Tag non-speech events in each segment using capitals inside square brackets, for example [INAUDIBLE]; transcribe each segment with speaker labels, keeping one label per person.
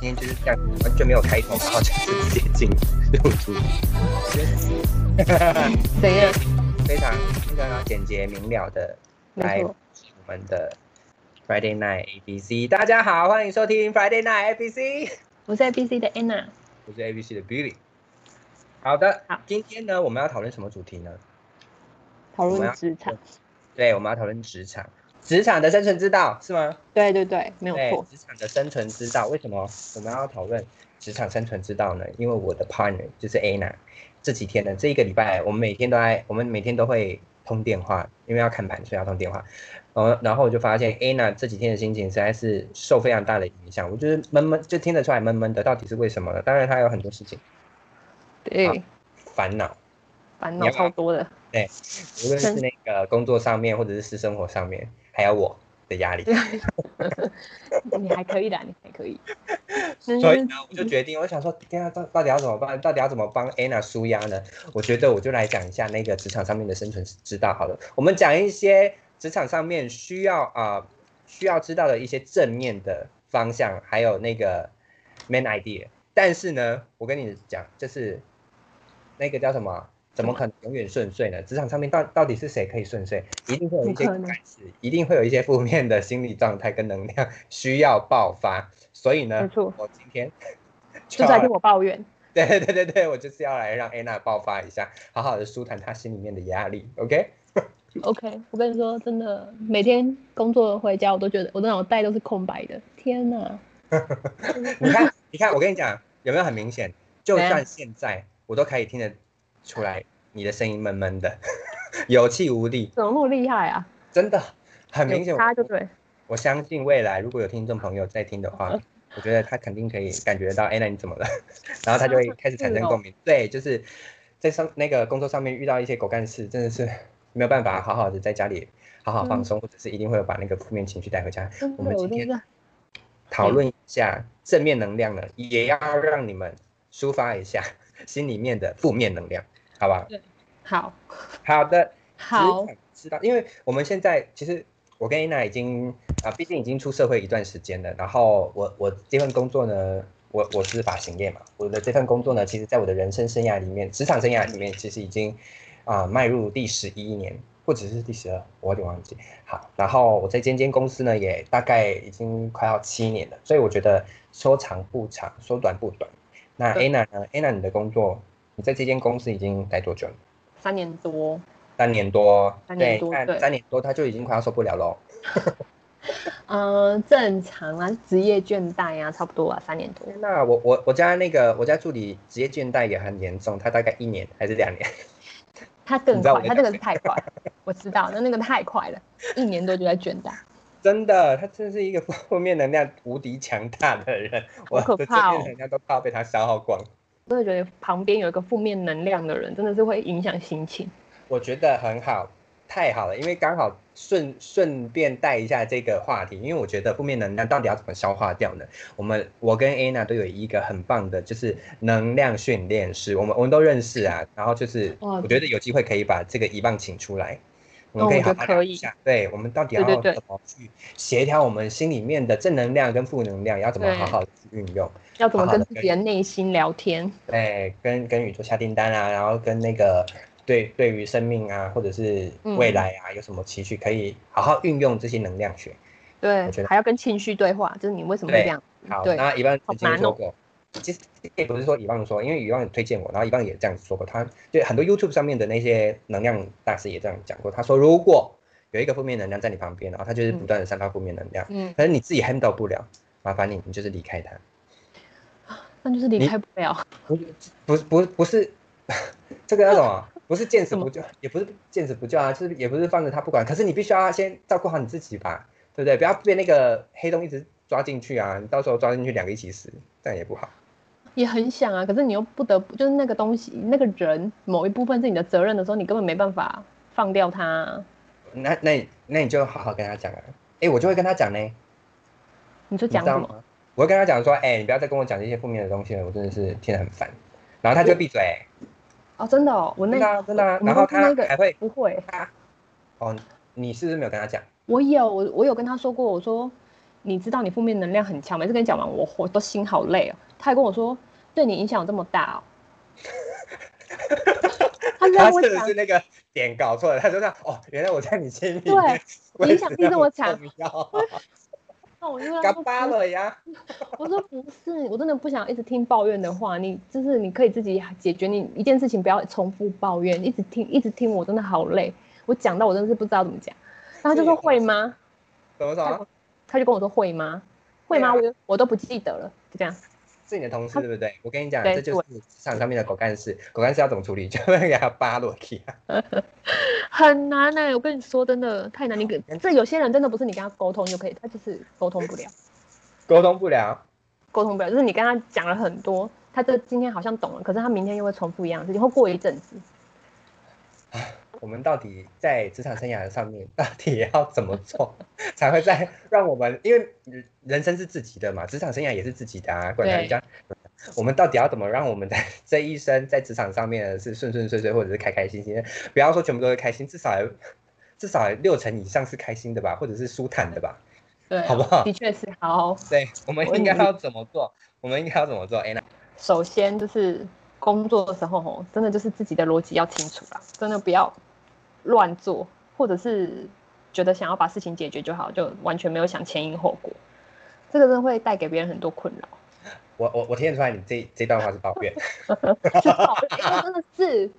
Speaker 1: 今天就是这样，完全没有开头，然后就是直接进入主题，
Speaker 2: 怎样？
Speaker 1: 非常非常简洁明了的来
Speaker 2: 没
Speaker 1: 我
Speaker 2: 错，
Speaker 1: 们的 Friday Night ABC。大家好，欢迎收听 Friday Night ABC。
Speaker 2: 我是 ABC 的 Anna。
Speaker 1: 我是 ABC 的 Billy。好的，
Speaker 2: 好
Speaker 1: 今天呢，我们要讨论什么主题呢？
Speaker 2: 讨
Speaker 1: 我要
Speaker 2: 论职场，
Speaker 1: 对，我们要讨论职场，职场的生存之道是吗？
Speaker 2: 对对对，没有
Speaker 1: 对
Speaker 2: 错，。
Speaker 1: 职场的生存之道，为什么我们要讨论职场生存之道呢？因为我的 partner 就是 Anna，这几天呢，这一个礼拜，我们每天都在，我们每天都会通电话，因为要看盘，所以要通电话。然后，然后我就发现 Anna 这几天的心情实在是受非常大的影响，我就是闷闷，就听得出来闷闷的，到底是为什么呢？当然，她有很多事情
Speaker 2: 对，
Speaker 1: 烦恼，哎
Speaker 2: 烦
Speaker 1: 你
Speaker 2: 恼
Speaker 1: 要不要
Speaker 2: 超多的。
Speaker 1: 无论是那个工作上面，或者是私生活上面，还有我的压力。
Speaker 2: 你还可以的，你还可以。那
Speaker 1: [LAUGHS] 所以
Speaker 2: 就是
Speaker 1: 呢，我就决定，我想说，天啊，到到底要怎么办？到底要怎么帮 Anna 舒压呢？我觉得我就来讲一下那个职场上面的生存之道好了。我们讲一些职场上面需要啊、需要知道的一些正面的方向，还有那个 main idea。但是呢，我跟你讲，就是那个叫什么？啊怎么可能永远顺遂呢？职场上面到到底是谁可以顺遂？一定会有一些
Speaker 2: 不可能
Speaker 1: 开始，一定会有一些负面的心理状态跟能量需要爆发。所以呢
Speaker 2: 没，错
Speaker 1: 我今天就
Speaker 2: 就是
Speaker 1: 要 [LAUGHS]
Speaker 2: 来
Speaker 1: 来
Speaker 2: 听我抱怨。
Speaker 1: 对对对对，我就是要来让 Anna 爆发一下，好好的舒坦她心里面的压力。OK，
Speaker 2: OK，我跟你说，真的，每天工作回家，我都觉得我的脑袋都是空白的。天哪！
Speaker 1: 你看， [LAUGHS] 你看，我跟你讲，有没有很明显？就
Speaker 2: 怎样
Speaker 1: 算现在，我都可以听得出来你的声音闷闷的， [LAUGHS] 有气无力，
Speaker 2: 怎么那么厉害啊？
Speaker 1: 真的很明显。
Speaker 2: 有差就对。
Speaker 1: 我相信未来如果有听众朋友在听的话，我觉得他肯定可以感觉到，哎，那你怎么了？ [LAUGHS] 然后他就会开始产生共鸣。对，就是在上那个工作上面遇到一些狗干事，真的是没有办法好好的在家里好好放松，或者是一定会把那个负面情绪带回家。
Speaker 2: 真
Speaker 1: 我
Speaker 2: 的，
Speaker 1: 们今
Speaker 2: 我
Speaker 1: 天
Speaker 2: 真的
Speaker 1: 讨论一下正面能量呢，也要让你们抒发一下心里面的负面能量，好不好？
Speaker 2: 好
Speaker 1: 好的，
Speaker 2: 好
Speaker 1: 职场知道，因为我们现在其实我跟 Anna 已经啊，毕竟已经出社会一段时间了。然后我我这份工作呢，我我是发型业嘛，我的这份工作呢，其实在我的人生生涯里面，职场生涯里面，其实已经啊、迈入第十一年，或者是第十二，我有点忘记。好，然后我在尖尖公司呢，也大概已经快要七年了，所以我觉得说长不长，说短不短。那
Speaker 2: 对
Speaker 1: Anna 呢？Anna，你的工作，你在这间公司已经待多久了？
Speaker 2: 三年多，
Speaker 1: 三年多，
Speaker 2: 三年
Speaker 1: 对
Speaker 2: 多
Speaker 1: 但
Speaker 2: 对
Speaker 1: 三年多他就已经快要受不了了。
Speaker 2: 嗯，正常啊，职业倦怠啊，差不多啊，三年多。
Speaker 1: 那我我我家那个我家助理职业倦怠也很严重，他大概一年还是两年， [LAUGHS]
Speaker 2: 他更
Speaker 1: 你知道
Speaker 2: 快
Speaker 1: 我，在
Speaker 2: 他这个是太快了， [LAUGHS] 我知道，那那个太快了，一年多就在倦怠，
Speaker 1: 真的，他真是一个 [LAUGHS] 负面能量无敌强大的人，我
Speaker 2: 好
Speaker 1: 的正
Speaker 2: 可怕哦
Speaker 1: 面能量都快要被他消耗光。
Speaker 2: 我真的觉得旁边有一个负面能量的人，真的是会影响心情。
Speaker 1: 我觉得很好，太好了，因为刚好顺顺便带一下这个话题，因为我觉得负面能量到底要怎么消化掉呢？我们我跟 Anna 都有一个很棒的，就是能量训练师，我们我们都认识啊，然后就是
Speaker 2: 哇
Speaker 1: 我觉得有机会可以把这个遗忘请出来。我们
Speaker 2: 哦
Speaker 1: 可以
Speaker 2: 我觉
Speaker 1: 好
Speaker 2: 得
Speaker 1: 好
Speaker 2: 可
Speaker 1: 聊
Speaker 2: 以
Speaker 1: 一下，对我们到底要
Speaker 2: 对对对
Speaker 1: 怎么去协调我们心里面的正能量跟负能量，要怎么
Speaker 2: 对
Speaker 1: 好好地去运用？
Speaker 2: 要怎么
Speaker 1: 好好
Speaker 2: 跟
Speaker 1: 地
Speaker 2: 自己的内心聊天？
Speaker 1: 对，哎跟跟宇宙下订单啊，然后跟那个对对于生命啊，或者是
Speaker 2: 嗯
Speaker 1: 未来啊，有什么期许，可以好好运用这些能量学。
Speaker 2: 对
Speaker 1: 我觉，得
Speaker 2: 还要跟情绪对话，就是你为什么会
Speaker 1: 对
Speaker 2: 这样？
Speaker 1: 好，
Speaker 2: 嗯对
Speaker 1: 那一万
Speaker 2: 好
Speaker 1: 曾经
Speaker 2: 难
Speaker 1: 说
Speaker 2: 哦
Speaker 1: 过，其实也不是说一万说，因为一万推荐我，然后一万也这样子说过，他就很多 YouTube 上面的那些能量大师也这样讲过，他说如果有一个负面能量在你旁边，然后他就是不断的散发负面能量，
Speaker 2: 嗯，
Speaker 1: 可是你自己 handle 不了，麻烦你，你就是离开他。
Speaker 2: 那就是离开不了。 [LAUGHS]
Speaker 1: 不不不不是这个叫什
Speaker 2: [LAUGHS]
Speaker 1: 么？不是见死
Speaker 2: 什么
Speaker 1: 不救，也不是见死不救啊，就是也不是放着他不管。可是你必须要先照顾好你自己吧，对不对？不要被那个黑洞一直抓进去啊！你到时候抓进去两个一起死，这样也不好。
Speaker 2: 也很想啊，可是你又不得不，就是那个东西，那个人某一部分是你的责任的时候，你根本没办法放掉他啊。
Speaker 1: 那那你那你就好好跟他讲啊。哎，我就会跟他讲呢，
Speaker 2: 你就
Speaker 1: 你
Speaker 2: 讲
Speaker 1: 知
Speaker 2: 什
Speaker 1: 道
Speaker 2: 么？
Speaker 1: 吗？我会跟他讲说，哎，你不要再跟我讲这些负面的东西了，我真的是听得很烦。然后他就会闭嘴，
Speaker 2: 哦，真的哦，我那
Speaker 1: 真的啊真的啊。然
Speaker 2: 我们
Speaker 1: 后
Speaker 2: 公司
Speaker 1: 他
Speaker 2: 那个
Speaker 1: 还会，
Speaker 2: 不会。
Speaker 1: 哦，你是不是没有跟他讲？
Speaker 2: 我有，我我有跟他说过，我说你知道你负面能量很强，每次跟你讲完，我我都心好累哦。他还跟我说，对你影响有这么大哦。
Speaker 1: [LAUGHS]
Speaker 2: 他
Speaker 1: 他
Speaker 2: 让我
Speaker 1: 是
Speaker 2: 讲
Speaker 1: 不是那个点搞错了？他就说哦，原来我在你心里
Speaker 2: 对
Speaker 1: 面位
Speaker 2: 影
Speaker 1: 置
Speaker 2: 响力这么强 [LAUGHS]
Speaker 1: 重要，
Speaker 2: 啊那我就跟他
Speaker 1: 干
Speaker 2: 说
Speaker 1: 巴了呀！
Speaker 2: 我说不是，我真的不想一直听抱怨的话。你就是你可以自己解决你一件事情，不要重复抱怨，一直听一直听，我真的好累。我讲到我真的是不知道怎么讲。然后他就说
Speaker 1: 所以
Speaker 2: 会吗？
Speaker 1: 怎么
Speaker 2: 他
Speaker 1: 说？
Speaker 2: 他就跟我说会吗？会吗？
Speaker 1: 对啊
Speaker 2: 我我都不记得了，就这样。
Speaker 1: 是你的同事
Speaker 2: 他
Speaker 1: 对不对？我跟你讲，
Speaker 2: 对
Speaker 1: 这就是职场上面的狗干事。狗干事要怎么处理？就会给他扒落去啊。
Speaker 2: 很难呢、我跟你说，真的太难。你跟这有些人真的不是你跟他沟通就可以，他就是沟通不了，
Speaker 1: 沟通不了，
Speaker 2: [LAUGHS] 沟通不了。就是你跟他讲了很多，他这今天好像懂了，可是他明天又会重复一样的事情，或过一阵子。
Speaker 1: 我们到底在职场生涯上面到底要怎么做，才会在让我们因为人人生是自己的嘛，职场生涯也是自己的啊，管
Speaker 2: 对
Speaker 1: 人家。我们到底要怎么让我们的这一生在职场上面是顺顺遂遂，或者是开开心心？不要说全部都是开心，至少也至少也六成以上是开心的吧，或者是舒坦的吧，
Speaker 2: 对啊，
Speaker 1: 好不好
Speaker 2: 的确是好。
Speaker 1: 对，我们
Speaker 2: 我
Speaker 1: 应该
Speaker 2: 努力
Speaker 1: 要怎么做？我们应该要怎么做？哎，那
Speaker 2: 首先就是工作的时候吼，真的就是自己的逻辑要清楚啦，真的不要乱做，或者是觉得想要把事情解决就好，就完全没有想前因后果，这个真的会带给别人很多困扰。
Speaker 1: 我我我听得出来你这这段话是抱
Speaker 2: [LAUGHS]
Speaker 1: 怨，
Speaker 2: 就抱怨，因为真的是，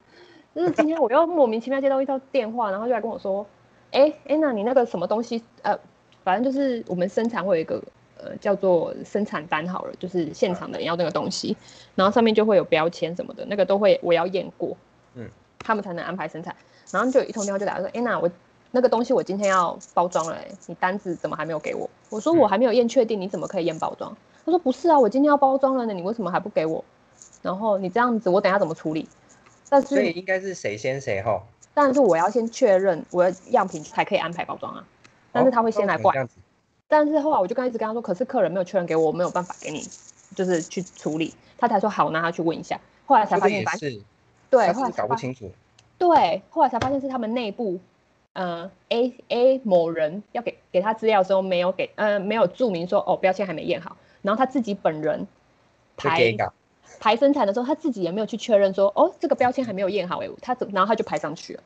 Speaker 2: 就是今天我又莫名其妙接到一通电话，然后就来跟我说，哎、哎，那你那个什么东西，呃，反正就是我们生产会有一个呃叫做生产单好了，就是现场
Speaker 1: 啊
Speaker 2: 的人要那个东西，然后上面就会有标签什么的，那个都会我要验过，
Speaker 1: 嗯，
Speaker 2: 他们才能安排生产。然后就有一通电话就打来说，哎、那我。那个东西我今天要包装了、哎你单子怎么还没有给我？我说
Speaker 1: 嗯
Speaker 2: 我还没有验确定，你怎么可以验包装？他说不是啊，我今天要包装了呢，你为什么还不给我？然后你这样子，我等下怎么处理？但
Speaker 1: 所以
Speaker 2: 是，
Speaker 1: 应该是谁先谁后。
Speaker 2: 但是我要先确认我的样品才可以安排包装啊。但是他会先来
Speaker 1: 怪
Speaker 2: 怪
Speaker 1: 这，样子，
Speaker 2: 但是后来我就跟一直跟他说，可是客人没有确认给我，我没有办法给你，就是去处理。他才说好，那他去问一下。后来才
Speaker 1: 这
Speaker 2: 发
Speaker 1: 个
Speaker 2: 现，
Speaker 1: 也
Speaker 2: 反正
Speaker 1: 是，
Speaker 2: 对，
Speaker 1: 他
Speaker 2: 后
Speaker 1: 是
Speaker 2: 来
Speaker 1: 是
Speaker 2: 才
Speaker 1: 搞不
Speaker 2: 发
Speaker 1: 清楚。
Speaker 2: 对，后来才发现是他们内部，呃，A A 某人要给给他资料的时候没有给，呃，没有注明说哦标签还没验好，然后他自己本人
Speaker 1: 就
Speaker 2: 排
Speaker 1: 给搞，
Speaker 2: 排生产的时候，他自己也没有去确认说，哦，这个标签还没有验好哎、他怎，然后他就排上去了。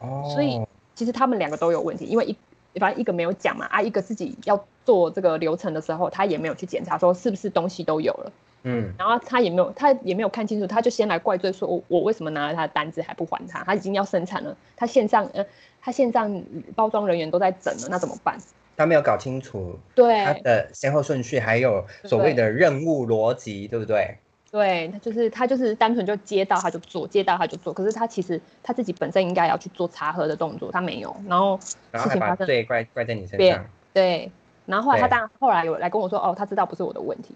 Speaker 1: 哦，
Speaker 2: 所以其实他们两个都有问题，因为一反正一个没有讲嘛，啊，一个自己要做这个流程的时候，他也没有去检查说是不是东西都有了，
Speaker 1: 嗯，
Speaker 2: 然后他也没有他也没有看清楚，他就先来怪罪说我我为什么拿了他的单子还不还他，他已经要生产了，他线上呃他线上包装人员都在整了，那怎么办？
Speaker 1: 他没有搞清楚他
Speaker 2: 对
Speaker 1: 的先后顺序，还有所谓的任务逻辑，对不对？
Speaker 2: 对，他就是他就是单纯就接到他就做，接到他就做，可是他其实他自己本身应该要去做查核的动作，他没有，然后
Speaker 1: 然后
Speaker 2: 事
Speaker 1: 还
Speaker 2: 情
Speaker 1: 把
Speaker 2: 发生
Speaker 1: 罪怪怪在你身
Speaker 2: 对
Speaker 1: 上，
Speaker 2: 对，然后后来他
Speaker 1: 对
Speaker 2: 当然后来有来跟我说，哦，他知道不是我的问题，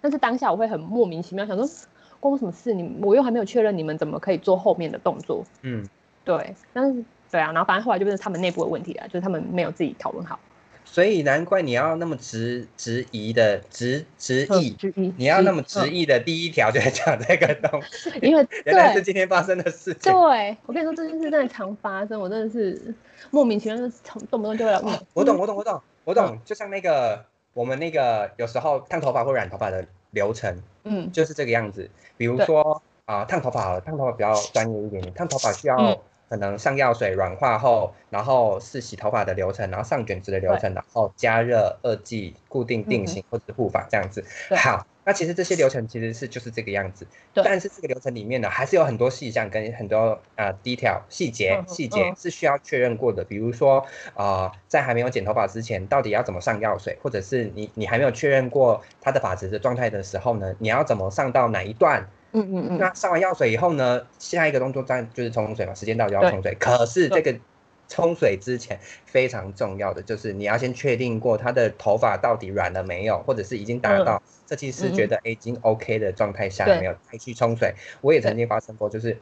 Speaker 2: 但是当下我会很莫名其妙，想说关我什么事？你我又还没有确认，你们怎么可以做后面的动作？
Speaker 1: 嗯，
Speaker 2: 对，但是对啊，然后反正后来就变成他们内部的问题了，就是他们没有自己讨论好。
Speaker 1: 所以难怪你要那么直直疑的直直意，
Speaker 2: 之一，
Speaker 1: 你要那么直
Speaker 2: 意，
Speaker 1: 意的第一条就在讲这个东西，
Speaker 2: 嗯因为
Speaker 1: 原来是
Speaker 2: 对。
Speaker 1: 今天发生的事情
Speaker 2: 对。，我跟你说，这件事真的常发生，我真的是莫名其妙，就是常动不动就会来问
Speaker 1: 哦，我懂，
Speaker 2: 嗯
Speaker 1: 我懂，我懂，我懂，就像那个我们那个有时候烫头发或染头发的流程，
Speaker 2: 嗯，
Speaker 1: 就是这个样子。比如
Speaker 2: 对
Speaker 1: 说啊、烫头发好了，烫头发比较专业一点点，烫头发需要
Speaker 2: 嗯
Speaker 1: 可能上药水软化后，然后是洗头发的流程，然后上卷子的流程，然后加热、二剂、固定定
Speaker 2: 嗯
Speaker 1: 型、或者是护发这样子。
Speaker 2: 对
Speaker 1: 好，那其实这些流程其实是就是这个样子，
Speaker 2: 对
Speaker 1: 但是这个流程里面呢，还是有很多细项跟很多啊 detail 细节
Speaker 2: 嗯嗯
Speaker 1: 细节
Speaker 2: 嗯
Speaker 1: 是需要确认过的，比如说啊、在还没有剪头发之前，到底要怎么上药水，或者是你你还没有确认过他的发质的状态的时候呢，你要怎么上到哪一段？
Speaker 2: 嗯嗯嗯，
Speaker 1: 那上完药水以后呢，下一个动作当然就是冲水嘛，时间到就要冲水。可是这个冲水之前非常重要的就是你要先确定过他的头发到底软了没有，或者是已经达到设计师觉得诶已经 OK 的状态下
Speaker 2: 嗯对
Speaker 1: 没有，再去冲水。我也
Speaker 2: 对
Speaker 1: 曾经发生过，就是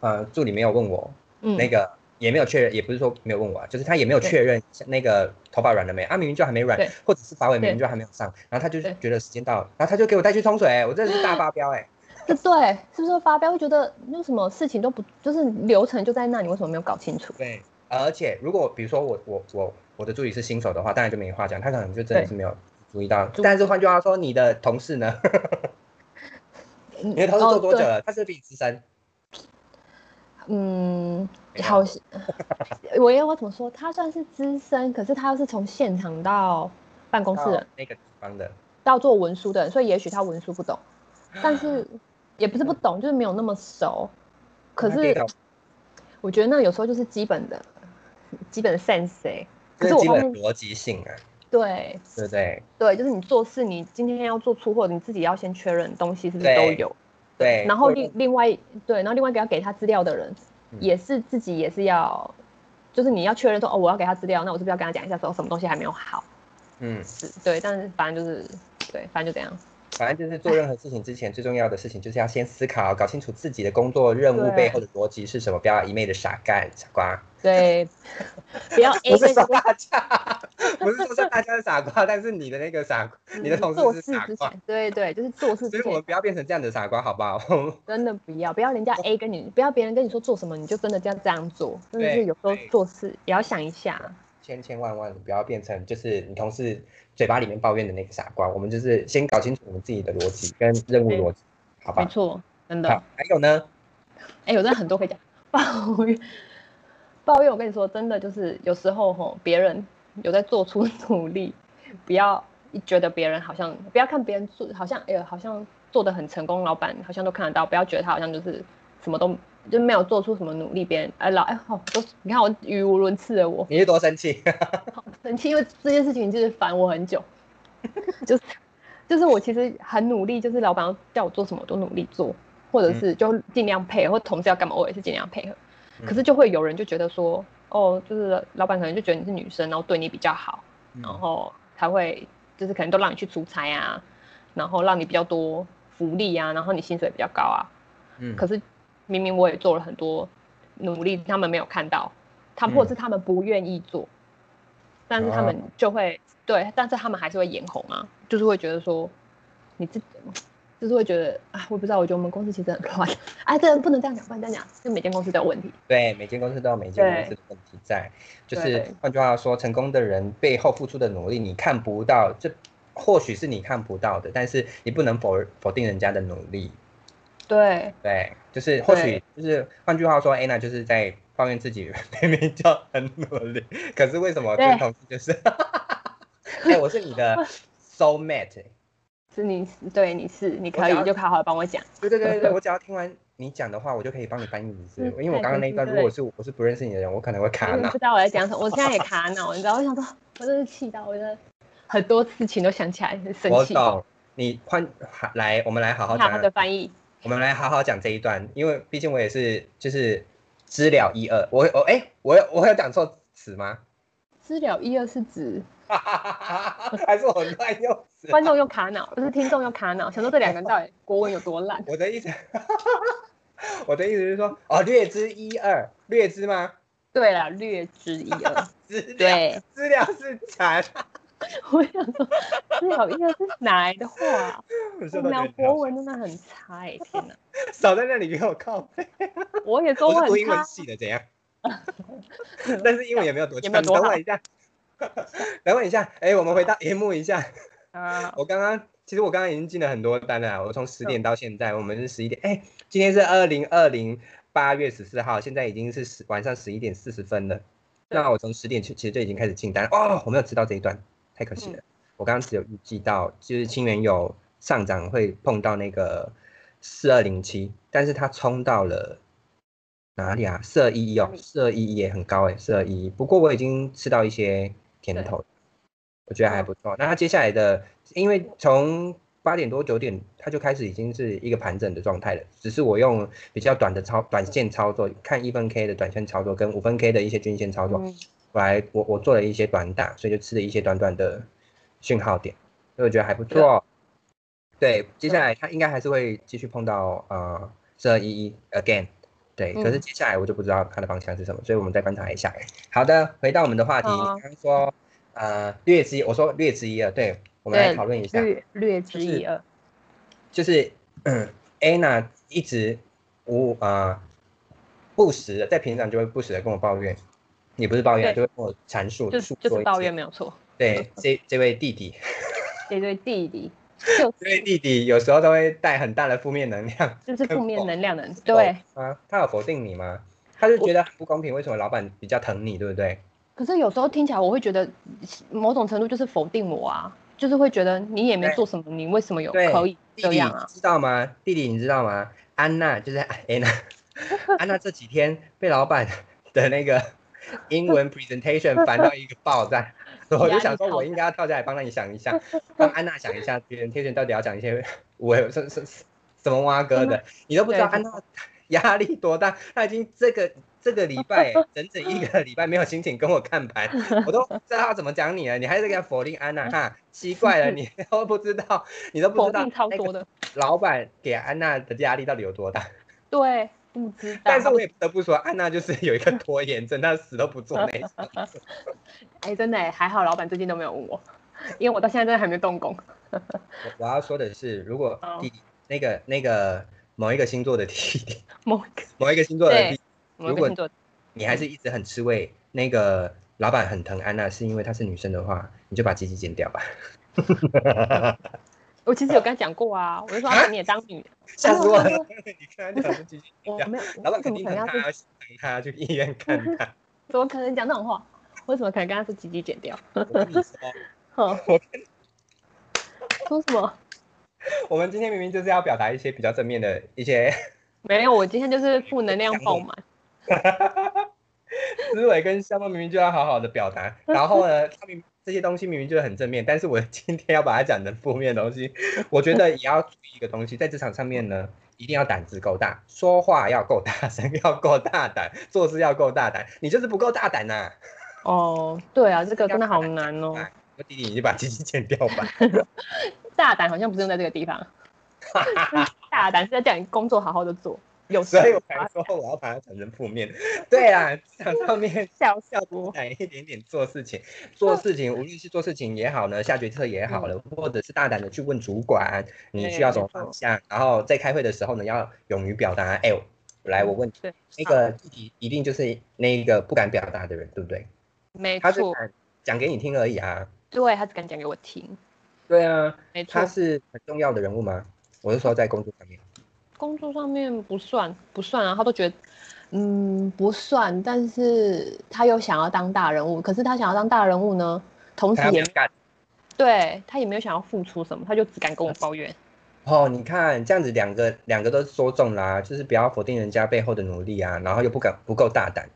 Speaker 1: 呃助理没有问我，
Speaker 2: 嗯
Speaker 1: 那个也没有确认，也不是说没有问我啊，就是他也没有确认那个头发软了没啊，明明就还没软
Speaker 2: 对，
Speaker 1: 或者是发尾明
Speaker 2: 对
Speaker 1: 明就还没有上，然后他就
Speaker 2: 对
Speaker 1: 觉得时间到了，然后他就给我带去冲水、我真的是大发飙哎、
Speaker 2: 这对是不是会发飙？会觉得有什么事情
Speaker 1: 呃
Speaker 2: 都不，就是流程就在那，你为什么没有搞清楚？
Speaker 1: 对，而且如果比如说我我我我的助理是新手的话，当然就没话讲，他可能就真的是没有注意到。但是换句话说，你的同事呢？ [LAUGHS]
Speaker 2: 嗯
Speaker 1: 你的同事做
Speaker 2: 哦
Speaker 1: 多久
Speaker 2: 对
Speaker 1: 了？他是不是比你资深。
Speaker 2: 嗯，
Speaker 1: 没有
Speaker 2: 好像，我要我怎么说？他算是资深，可是他是从现场到办公室
Speaker 1: 到
Speaker 2: 人，
Speaker 1: 那个地方的，
Speaker 2: 到做文书的人，所以也许他文书不
Speaker 1: [LAUGHS]
Speaker 2: 懂，但是也不是不懂，就是没有那么熟。可
Speaker 1: 那可以
Speaker 2: 是
Speaker 1: 搞
Speaker 2: 我觉得那有时候就是基本的，基本的 sense 欸可
Speaker 1: 这
Speaker 2: 是
Speaker 1: 是
Speaker 2: 我
Speaker 1: 基
Speaker 2: 后
Speaker 1: 本
Speaker 2: 面
Speaker 1: 逻辑性啊，
Speaker 2: 对
Speaker 1: 对不对？
Speaker 2: 对，就是你做事，你今天要做出货，你自己要先确认东西是不是都
Speaker 1: 对
Speaker 2: 有。
Speaker 1: 对。
Speaker 2: 然后
Speaker 1: 或者
Speaker 2: 另另外对，然后另外一个要给他资料的人，
Speaker 1: 嗯
Speaker 2: 也是自己也是要，就是你要确认说哦，我要给他资料，那我是不是要跟他讲一下说什么东西还没有好？
Speaker 1: 嗯，
Speaker 2: 是对，但是反正就是对，反正就这样。
Speaker 1: 反正就是做任何事情之前，最重要的事情就是要先思考，搞清楚自己的工作任务
Speaker 2: 对
Speaker 1: 背后的逻辑是什么，不要一昧的傻干傻瓜。
Speaker 2: 对，
Speaker 1: [LAUGHS]
Speaker 2: 不要 A
Speaker 1: 不是
Speaker 2: 跟
Speaker 1: 说大家， [LAUGHS] 不是说是大家是傻瓜，但是你的那个傻瓜，你的同
Speaker 2: 做
Speaker 1: 事
Speaker 2: 事
Speaker 1: 是傻
Speaker 2: 之
Speaker 1: 瓜，
Speaker 2: 前，对对，就是做事
Speaker 1: 所
Speaker 2: 之
Speaker 1: 以我们
Speaker 2: 前
Speaker 1: 不要变成这样的傻瓜，好不好？ [LAUGHS]
Speaker 2: 真的不要不要人家 A 跟你，不要别人跟你说做什么，你就真的这样这样做，真的
Speaker 1: 对
Speaker 2: 是有时候
Speaker 1: 对
Speaker 2: 做事也要想一下。
Speaker 1: 千千万万不要变成就是你同事嘴巴里面抱怨的那个傻瓜，我们就是先搞清楚我们自己的逻辑跟任务逻辑，好
Speaker 2: 没
Speaker 1: 吧？
Speaker 2: 错，真的。
Speaker 1: 好，还有呢，
Speaker 2: 哎、我真的很多可以讲。 [LAUGHS] 抱怨，抱怨，我跟你说，真的就是有时候吼，别人有在做出 [LAUGHS] 努力，不要一觉得别人好像，不要看别人做，好像哎呦，好像做的很成功，老板好像都看得到，不要觉得他好像就是什么都就没有做出什么努力，别人哎老哎好、都你看我语无伦次的我，
Speaker 1: 你是多生气？ [LAUGHS]
Speaker 2: 很气，因为这件事情就是烦我很久，就是就是我其实很努力，就是老板要叫我做什么我都努力做，或者是就尽量配合，或同事要干嘛我也是尽量配合。可是就会有人就觉得说，哦，就是老板可能就觉得你是女生，然后对你比较好，然
Speaker 1: 哦
Speaker 2: 后才会就是可能都让你去出差啊，然后让你比较多福利啊，然后你薪水比较高啊。
Speaker 1: 嗯
Speaker 2: 可是明明我也做了很多努力，他们没有看到，他们或者是他们不愿意做，但是他们就会对，但是他们还是会眼红啊，就是会觉得说你自己。就是会觉得啊，我不知道，我觉得我们公司其实很乱。 [LAUGHS] 哎，这不能这样讲，不能这样讲，就每间公司都有问题。
Speaker 1: 对，每间公司都有每间公司的问题在，就是
Speaker 2: 对
Speaker 1: 换句话说，成功的人背后付出的努力，你看不到，这或许是你看不到的，但是你不能否否定人家的努力。
Speaker 2: 对，
Speaker 1: 对，就是或许
Speaker 2: 对
Speaker 1: 就是换句话说，Anna 就是在抱怨自己 [LAUGHS] 明明就很努力，可是为什么
Speaker 2: 对
Speaker 1: 跟同事就是， [LAUGHS] 哎、我是你 [LAUGHS] 的欸 soul mate，
Speaker 2: 是你，对，你是，你可以
Speaker 1: 想要
Speaker 2: 就好好帮我讲。
Speaker 1: 对对对对对，我只要听完你讲的话，我就可以帮你翻译你字，
Speaker 2: 嗯
Speaker 1: 因为我刚刚那一段，
Speaker 2: 太
Speaker 1: 如
Speaker 2: 开心
Speaker 1: 果是我是不认识你的人，我可能会卡
Speaker 2: 我也
Speaker 1: 脑
Speaker 2: 不。知道我在讲什么，我现在也卡脑，你知道？我想说，我真是气到，我真的很多事情都想起来，很生
Speaker 1: 我
Speaker 2: 气。
Speaker 1: 懂，你换好来，我们来好好
Speaker 2: 他
Speaker 1: 讲
Speaker 2: 的翻译，
Speaker 1: 我们来好好讲这一段，因为毕竟我也是就是知了一二，我我哎、我有我有讲错词吗？
Speaker 2: 知了一二是
Speaker 1: [LAUGHS]
Speaker 2: 指
Speaker 1: 还是我乱用词？
Speaker 2: 观众又卡脑，不是听众又卡脑，想说这两个人到底国文有多烂？ [LAUGHS]
Speaker 1: 我的意思， [LAUGHS] 我的意思是说，哦，略知一二，略知吗？
Speaker 2: 对了，略知一二。 [LAUGHS]
Speaker 1: 知了，
Speaker 2: 对，
Speaker 1: 知了是蝉， [LAUGHS]
Speaker 2: 我想说，知了一二是哪来的话啊、
Speaker 1: [LAUGHS]
Speaker 2: 我们
Speaker 1: 聊
Speaker 2: 聊国文真的很差哎、天哪！
Speaker 1: 少在那里给我靠背，
Speaker 2: 我也说
Speaker 1: 我
Speaker 2: 我
Speaker 1: 是读
Speaker 2: 很
Speaker 1: 英文
Speaker 2: 差，
Speaker 1: 系的，怎样？ [LAUGHS] 但是英文也没有多
Speaker 2: 也
Speaker 1: 强，
Speaker 2: 没有多
Speaker 1: 等
Speaker 2: 好
Speaker 1: 我一下， [LAUGHS] 等我一下，哎、我们回到 M 一下。
Speaker 2: 啊，
Speaker 1: 我刚刚其实我刚刚已经进了很多单了啊，我从十
Speaker 2: 嗯
Speaker 1: 点到现在，我们是十一点，哎、今天是二零二零八月十四号，现在已经是十晚上十一点四十分了。
Speaker 2: 对
Speaker 1: 那我从十点其其实就已经开始进单哦，我没有吃到这一段，太可
Speaker 2: 嗯
Speaker 1: 惜了。我刚刚只有预计到，就是清源有上涨会碰到那个四二零七，但是它冲到了哪里啊？四二一一哦
Speaker 2: 哪，里
Speaker 1: 四二一一也很高哎、4四二一一。不过我已经吃到一些甜头，我觉得还不错。那它接下来的，因为从八点多九点，它就开始已经是一个盘整的状态了。只是我用比较短的操短线操作，看一分 K 的短线操作跟五分 K 的一些均线操作，
Speaker 2: 嗯，
Speaker 1: 我来我我做了一些短打，所以就吃了一些短短的讯号点，所以我觉得还不
Speaker 2: 啊
Speaker 1: 错。对，接下来它应该还是会继续碰到呃这一一 again，对，
Speaker 2: 嗯
Speaker 1: 可是接下来我就不知道它的方向是什么，所以我们再观察一下。好的，回到我们的话题，
Speaker 2: 好
Speaker 1: 你
Speaker 2: 啊
Speaker 1: 刚刚说呃略知一，我说略知一二，对，我们来
Speaker 2: 对
Speaker 1: 讨论一下，
Speaker 2: 略略知一二。
Speaker 1: 就是 [CLEARS THROAT] 嗯 Anna 一直无啊、呃、不时的在平常就会不时的跟我抱怨，也不是抱怨啊，就
Speaker 2: 对
Speaker 1: 会跟我阐述
Speaker 2: 就
Speaker 1: 述
Speaker 2: 就
Speaker 1: 说
Speaker 2: 是
Speaker 1: 一
Speaker 2: 抱
Speaker 1: 些
Speaker 2: 怨。没有错。
Speaker 1: [LAUGHS] 对，这这位弟弟，
Speaker 2: 对对，
Speaker 1: [LAUGHS]
Speaker 2: 弟弟就
Speaker 1: 这位弟弟有时候都会带很大的负面能量。
Speaker 2: 就是负面能量的人，
Speaker 1: 否
Speaker 2: 对。
Speaker 1: 啊，他有否定你吗？他就觉得很不公平，为什么老板比较疼你，对不对？
Speaker 2: 可是有时候听起来，我会觉得某种程度就是否定我啊，就是会觉得你也没
Speaker 1: 对
Speaker 2: 做什么，你为什么有
Speaker 1: 对
Speaker 2: 可以
Speaker 1: 弟
Speaker 2: 这
Speaker 1: 弟
Speaker 2: 样啊？
Speaker 1: 知道吗？弟弟你知道吗？安娜就是哎安娜， [LAUGHS] 安娜这几天被老板的那
Speaker 2: [LAUGHS]
Speaker 1: 个英文 presentation 烦到一个爆炸，我就想说我应该要跳下来帮你想一想，帮安娜想一下 presentation 到底要讲一些我什什什么蛙哥
Speaker 2: [LAUGHS]
Speaker 1: 的，你都不知道
Speaker 2: 对
Speaker 1: 安娜压力多大，她已经这个。这个礼
Speaker 2: [LAUGHS]
Speaker 1: 拜整整一个礼拜没有心情跟我看盘，我都不知道要怎么讲你了，你还是给她否定安娜哈？奇怪了，你都不知道，你都不
Speaker 2: 否
Speaker 1: 知道
Speaker 2: 定超
Speaker 1: 那个
Speaker 2: 多的，
Speaker 1: 老板给安娜的压力到底有多大？
Speaker 2: 对，不知道。
Speaker 1: 但是我也不得不说，安娜就是有一个拖延症，她死都不做那一种。
Speaker 2: [LAUGHS] 哎，真的哎还好，老板最近都没有问我，因为我到现在真的还没动工。
Speaker 1: 我我要说的是，如果
Speaker 2: 哦
Speaker 1: 弟弟那个那个某一个星座的弟弟， [LAUGHS]
Speaker 2: 某一个
Speaker 1: 某一个星座的弟弟，
Speaker 2: 某一
Speaker 1: 如果
Speaker 2: 个星座，
Speaker 1: 你还是一直很吃味，那个老板很疼安娜，是因为她是女生的话，你就把鸡鸡剪掉吧。 [LAUGHS]
Speaker 2: 我其实有跟他讲过啊，我就说
Speaker 1: 啊
Speaker 2: 啊，你也当女， [LAUGHS]
Speaker 1: 吓死我
Speaker 2: 然
Speaker 1: 了
Speaker 2: 后！
Speaker 1: 你看她讲是鸡鸡
Speaker 2: 我
Speaker 1: 剪掉，
Speaker 2: 没有，
Speaker 1: 老板
Speaker 2: 我怎
Speaker 1: 肯
Speaker 2: 么
Speaker 1: 定
Speaker 2: 可
Speaker 1: 疼
Speaker 2: 能要
Speaker 1: 她，
Speaker 2: 是
Speaker 1: 要
Speaker 2: [LAUGHS]
Speaker 1: 去疼她，去医院看她。
Speaker 2: 怎么可能讲这种话？为什么可能跟他说鸡鸡剪掉？
Speaker 1: 我跟你说，
Speaker 2: [LAUGHS] 哼
Speaker 1: 我，
Speaker 2: 说什么？
Speaker 1: 我们今天明明就是要表达一些比较正面的一些
Speaker 2: 没有，我今天就是负能量爆满。
Speaker 1: 思维跟项目明明就要好好的表达，然后呢，他明这些东西明明就是很正面，但是我今天要把它讲成负面的东西，我觉得也要注意一个东西，在职场上面呢，一定要胆子够大，说话要够大声， [LAUGHS] 要够大胆，做事要够大胆，你就是不够大胆呐、
Speaker 2: 哦，对啊，这个真的好难哦。
Speaker 1: 我弟弟，你就把鸡鸡剪掉吧。
Speaker 2: 大胆好像不是用在这个地方，大胆是在讲你工作好好的做，有事
Speaker 1: [LAUGHS] 所以我才说我要把它讲成负面。对啊，职场上面
Speaker 2: 笑死
Speaker 1: 要
Speaker 2: 我。
Speaker 1: 敢一点点做事情，做事情，无论是做事情也好呢，下决策也好了，或者是大胆的去问主管你
Speaker 2: 嗯对
Speaker 1: 需要什么
Speaker 2: 没错
Speaker 1: 方向，然后在开会的时候呢，要勇于表达。哎、我来，我问你，
Speaker 2: 对，
Speaker 1: 那个弟弟一定就是那个不敢表达的人，对不对？
Speaker 2: 没
Speaker 1: 他是
Speaker 2: 错，
Speaker 1: 敢讲给你听而已啊。
Speaker 2: 对，他只敢讲给我听，
Speaker 1: 对啊，
Speaker 2: 没错
Speaker 1: 他。是很重要的人物吗？我是说在工作上面，
Speaker 2: 工作上面不算不算啊，他都觉得，嗯，不算。但是他又想要当大人物，可是他想要当大人物呢，同时
Speaker 1: 他没
Speaker 2: 也
Speaker 1: 有敢。
Speaker 2: 对他也没有想要付出什么，他就只敢跟我抱怨。
Speaker 1: 哦，你看这样子，两个两个都说中啦、就是不要否定人家背后的努力啊，然后又不敢不够大胆。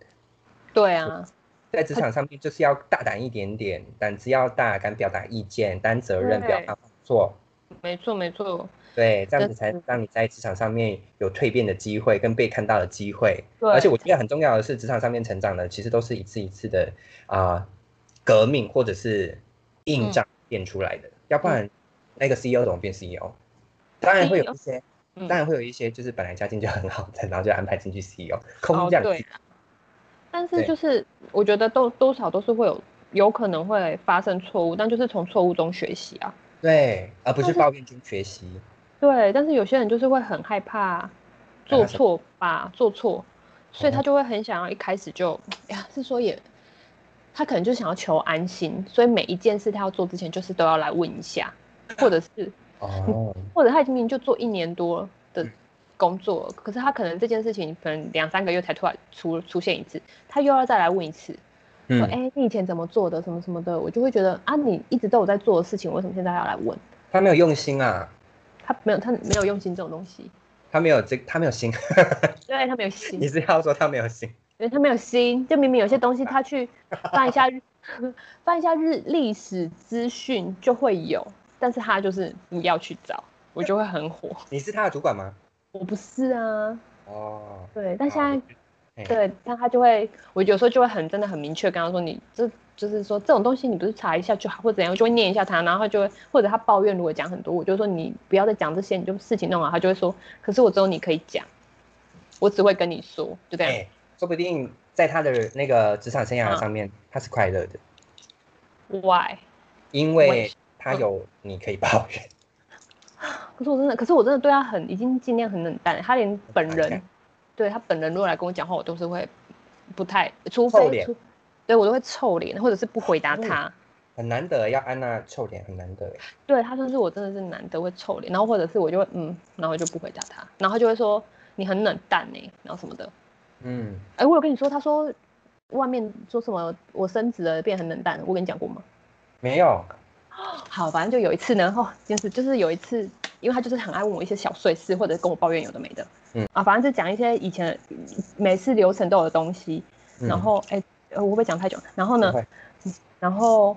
Speaker 2: 对啊，
Speaker 1: 在职场上面就是要大胆一点点，胆子要大，敢表达意见，担责任，
Speaker 2: 对
Speaker 1: 不要怕犯错。
Speaker 2: 没错没错，
Speaker 1: 对，这样子才
Speaker 2: 真是
Speaker 1: 让你在职场上面有蜕变的机会，跟被看到的机会。
Speaker 2: 对
Speaker 1: 而且我觉得很重要的是，职场上面成长的其实都是一次一次的啊、革命或者是硬仗
Speaker 2: 嗯
Speaker 1: 变出来的，要不然那个 CEO 怎么变 CEO？当然会有一些，
Speaker 2: 嗯
Speaker 1: 当然会有一些就是本来家境就很好的，然后就安排进去 CEO，
Speaker 2: 哦
Speaker 1: 空降
Speaker 2: 对啦但是
Speaker 1: 对
Speaker 2: 就是我觉得都多少都是会有有可能会发生错误，但就是从错误中学习啊。
Speaker 1: 对，而不
Speaker 2: 但
Speaker 1: 是
Speaker 2: 是
Speaker 1: 抱怨中学习。
Speaker 2: 对，但是有些人就是会很害怕做错吧，做错，
Speaker 1: 嗯
Speaker 2: 所以他就会很想要一开始就，哎呀，是说也，他可能就想要求安心，所以每一件事他要做之前，就是都要来问一下，或者是 [LAUGHS]
Speaker 1: 哦，
Speaker 2: 或者他已经明明就做一年多的
Speaker 1: 嗯
Speaker 2: 工作，可是他可能这件事情可能两三个月才突然出出现一次，他又要再来问一次，说
Speaker 1: 嗯
Speaker 2: 哎、你以前怎么做的，什么什么的，我就会觉得啊，你一直都有在做的事情，为什么现在还要来问？
Speaker 1: 他没有用心啊，
Speaker 2: 他没有，他没有用心这种东西，
Speaker 1: 他没有这，他没有心。 [LAUGHS]
Speaker 2: 对他没有心
Speaker 1: 你。是要说他没有心？
Speaker 2: 因为他没有心，就明明有些东西他去翻一下日 [LAUGHS] 翻一下日历史资讯就会有，但是他就是不要去找，我就会很火。 [LAUGHS]
Speaker 1: 你是他的主管吗？
Speaker 2: 我不是啊，
Speaker 1: 哦，
Speaker 2: 对，但
Speaker 1: 好
Speaker 2: 现在
Speaker 1: 嘿
Speaker 2: 对，但他就会，我有时候就会很真的很明确跟他说，你这就是说这种东西你不是查一下就好，或怎样，我就会念一下他，然后他就会或者他抱怨如果讲很多，我就说你不要再讲这些，你就事情弄好，他就会说，可是我只有你可以讲，我只会跟你说，就这样。
Speaker 1: 哎，说不定在他的那个职场生
Speaker 2: 嗯
Speaker 1: 涯上面，他是快乐的，
Speaker 2: Why？
Speaker 1: 因
Speaker 2: 我也
Speaker 1: 为
Speaker 2: 是嗯
Speaker 1: 他有你可以抱怨。 [LAUGHS]
Speaker 2: 可是我真的，可是我真的对他很，已经尽量很冷淡了。他连本人，对他本人如果来跟我讲话，我都是会不太，除
Speaker 1: 臭
Speaker 2: 非
Speaker 1: 脸
Speaker 2: 除对我都会臭脸，或者是不回答他。
Speaker 1: 很难得要安娜臭脸，很难得哎。
Speaker 2: 对他算是我真的是难得会臭脸，然后或者是我就会嗯，然后就不回答他，然后就会说你很冷淡呢、然后什么的。
Speaker 1: 嗯，
Speaker 2: 哎，我有跟你说，他说外面说什么我升职了变很冷淡，我跟你讲过吗？
Speaker 1: 没有，
Speaker 2: 好，反正就有一次呢，哦，真是就是有一次，因为他就是很爱问我一些小碎事，或者跟我抱怨有的没的，
Speaker 1: 嗯
Speaker 2: 啊，反正就讲一些以前每次流程都有的东西，
Speaker 1: 嗯
Speaker 2: 然后哎、呃我会不会讲太久？然后呢
Speaker 1: 不会，
Speaker 2: 然后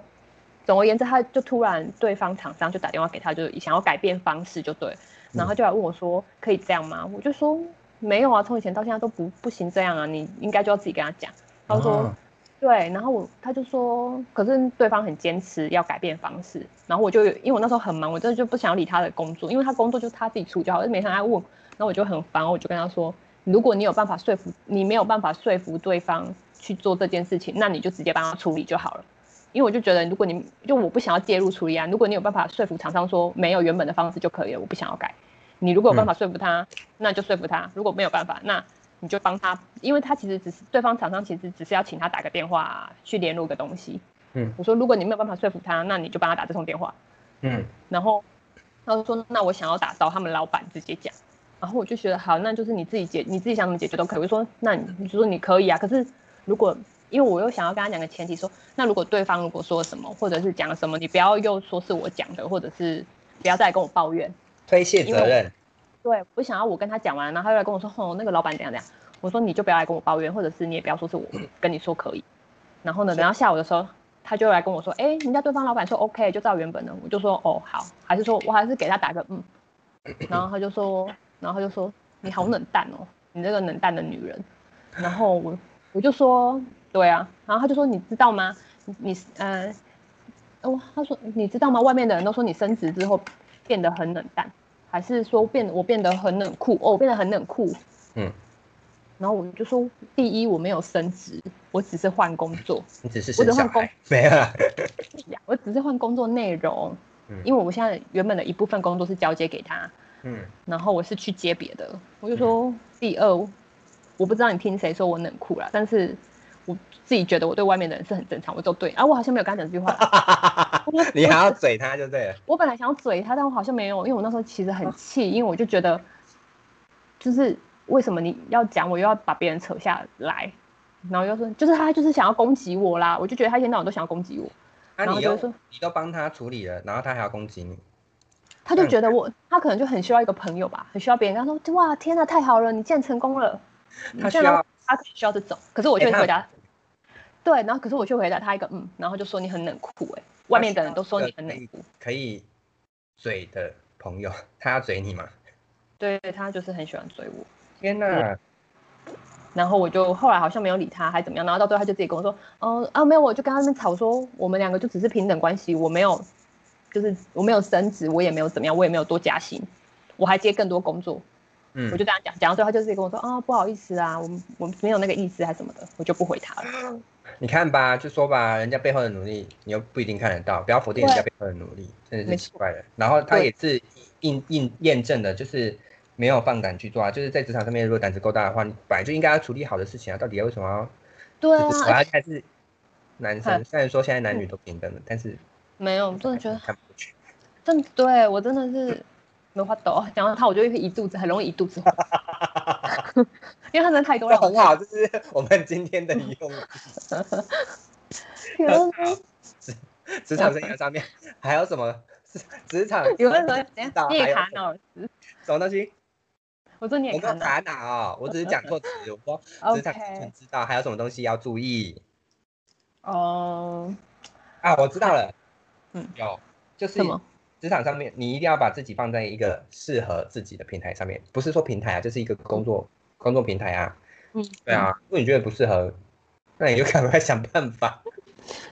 Speaker 2: 总而言之，他就突然对方厂商就打电话给他，就是想要改变方式就对了，然后他就来问我说、可以这样吗？我就说没有啊，从以前到现在都不不行这样啊，你应该就要自己跟他讲。他就说、
Speaker 1: 哦
Speaker 2: 对，然后我他就说，可是对方很坚持要改变方式，然后我就因为我那时候很忙，我真的就不想要理他的工作，因为他工作就是他自己处理就好，就每天来问，然后我就很烦，我就跟他说，如果你有办法说服，你没有办法说服对方去做这件事情，那你就直接帮他处理就好了。因为我就觉得，如果你就我不想要介入处理啊，如果你有办法说服厂商说没有原本的方式就可以了，我不想要改。你如果有办法说服他，那就说服他；如果没有办法，那你就帮他，因为他其实只是对方厂商，其实只是要请他打个电话去联络个东西。
Speaker 1: 嗯
Speaker 2: 我说如果你没有办法说服他，那你就帮他打这通电话。
Speaker 1: 嗯
Speaker 2: 然后他就说那我想要打到他们老板直接讲，然后我就觉得好，那就是你自己解，你自己想怎么解决都可以。我就说那你你就说你可以啊，可是如果因为我又想要跟他讲个前提说，那如果对方如果说什么或者是讲什么，你不要又说是我讲的，或者是不要再来跟我抱怨。
Speaker 1: 推卸责任，
Speaker 2: 对，我想要我跟他讲完，然后他又来跟我说，哦，那个老板怎样怎样。我说你就不要来跟我抱怨，或者是你也不要说是我跟你说可以。然后呢，等到下午的时候，他就来跟我说，哎，人家对方老板说 OK，就照原本的。我就说哦好，还是说我还是给他打个嗯。然后他就说，然后他就说你好冷淡哦，你这个冷淡的女人。然后我我就说对啊，然后他就说你知道吗？你你呃，哦，他说你知道吗？外面的人都说你升职之后变得很冷淡。还是说变我变得很冷酷哦，我变得很冷酷。
Speaker 1: 嗯，
Speaker 2: 然后我就说，第一我没有升职，我只是换工作，
Speaker 1: 你只是
Speaker 2: 我
Speaker 1: 生
Speaker 2: 只
Speaker 1: 小
Speaker 2: 换工
Speaker 1: 孩， [LAUGHS] 没有啊啦。
Speaker 2: 我只是换工作内容
Speaker 1: 嗯，
Speaker 2: 因为我现在原本的一部分工作是交接给他， [LAUGHS]
Speaker 1: 嗯
Speaker 2: 然后我是去接别的。我就说，第二，我不知道你听谁说我冷酷啦，但是我自己觉得我对外面的人是很正常，我都对啊，我好像没有跟他讲这句
Speaker 1: [LAUGHS]
Speaker 2: 话。我
Speaker 1: 你还要嘴他就对了。
Speaker 2: 我本来想要嘴他，但我好像没有，因为我那时候其实很气，因为我就觉得，就是为什么你要讲我，又要把别人扯下来，然后又说，就是他就是想要攻击我啦，我就觉得他一天到晚都想要攻击我，
Speaker 1: 啊，
Speaker 2: 然后
Speaker 1: 你
Speaker 2: 就
Speaker 1: 又
Speaker 2: 会说
Speaker 1: 你都帮他处理了，然后他还要攻击你，
Speaker 2: 他就觉得我，他可能就很需要一个朋友吧，很需要别人跟他说，哇，天呐，太好了，你竟然成功了，你
Speaker 1: 他
Speaker 2: 竟
Speaker 1: 需要
Speaker 2: 然让他需要这种，可是我却
Speaker 1: 哎他
Speaker 2: 回答，对，然后可是我却回答他一个嗯，然后就说你很冷酷、欸，外面的人都说你很冷酷，
Speaker 1: 可以嘴的朋友，他要嘴你嘛？
Speaker 2: 对他就是很喜欢追我。
Speaker 1: 天哪，
Speaker 2: 然后我就后来好像没有理他，还怎么样？然后到最后他就自己跟我说，哦啊没有，我就跟他们吵说，我们两个就只是平等关系，我没有，就是我没有升职，我也没有怎么样，我也没有多加薪，我还接更多工作。
Speaker 1: 嗯，
Speaker 2: 我就这样讲，讲到最后他就自己跟我说，啊不好意思啊，我们我们没有那个意思还什么的，我就不回他了。
Speaker 1: 你看吧，就说吧，人家背后的努力，你又不一定看得到，不要否定人家背后的努力，真的是
Speaker 2: 没
Speaker 1: 奇怪的。然后他
Speaker 2: 对
Speaker 1: 也是印印验证的，就是没有放胆去做啊，就是在职场上面，如果胆子够大的话，你本来就应该要处理好的事情啊，到底为什么
Speaker 2: 对
Speaker 1: 要？
Speaker 2: 啊
Speaker 1: 就是，我
Speaker 2: 而
Speaker 1: 要
Speaker 2: 且
Speaker 1: 还是男生，虽然说现在男女都平等了，但是
Speaker 2: 没有，真的觉得
Speaker 1: 看不过去。
Speaker 2: 真的对我真的是没话抖，啊讲到他我就会一肚子很容易一
Speaker 1: [LAUGHS]
Speaker 2: 肚子火，因为他真的太多
Speaker 1: 这
Speaker 2: 让
Speaker 1: [LAUGHS]
Speaker 2: 我
Speaker 1: 很好，这是我们今天的用语。
Speaker 2: [LAUGHS] 有人说
Speaker 1: 职场生涯上面还有什么？ [LAUGHS] 职场
Speaker 2: 有人说怎
Speaker 1: 指
Speaker 2: 样
Speaker 1: 导，
Speaker 2: 你
Speaker 1: 还
Speaker 2: 也
Speaker 1: 有
Speaker 2: 卡
Speaker 1: 什么
Speaker 2: 脑了，
Speaker 1: 什么东西？
Speaker 2: 我说你也
Speaker 1: 我没
Speaker 2: 卡
Speaker 1: 有
Speaker 2: 脑。
Speaker 1: 查哪哦，我只是讲错词，我
Speaker 2: [LAUGHS]
Speaker 1: 说。职场生
Speaker 2: OK，
Speaker 1: 存之道，还有什么东西要注意
Speaker 2: 哦、
Speaker 1: 啊？我知道了，
Speaker 2: 嗯，
Speaker 1: 有，就是
Speaker 2: 什么？
Speaker 1: 职场上面，你一定要把自己放在一个适合自己的平台上面，不是说平台啊，就是一个工作工作平台啊。
Speaker 2: 嗯，
Speaker 1: 对啊，如果你觉得不适合，那你就赶快想办法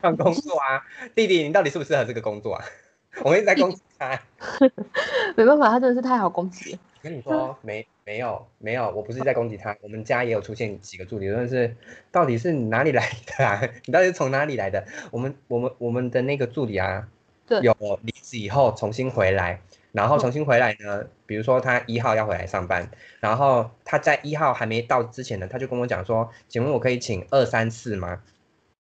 Speaker 1: 换工作啊。弟弟，你到底适不适合这个工作啊？我们一直在公司开，
Speaker 2: 嗯，没办法，他真的是太好攻击了。
Speaker 1: 跟你说哦没没有没有，我不是在攻击他，我们家也有出现几个助理，真的是到底是哪里来的啊？ [LAUGHS] 你到底是从哪里来的？我们我们我们的那个助理啊，
Speaker 2: 对
Speaker 1: 有离职以后重新回来，然后重新回来呢，比如说他一号要回来上班，然后他在一号还没到之前呢，他就跟我讲说，请问我可以请二三四吗？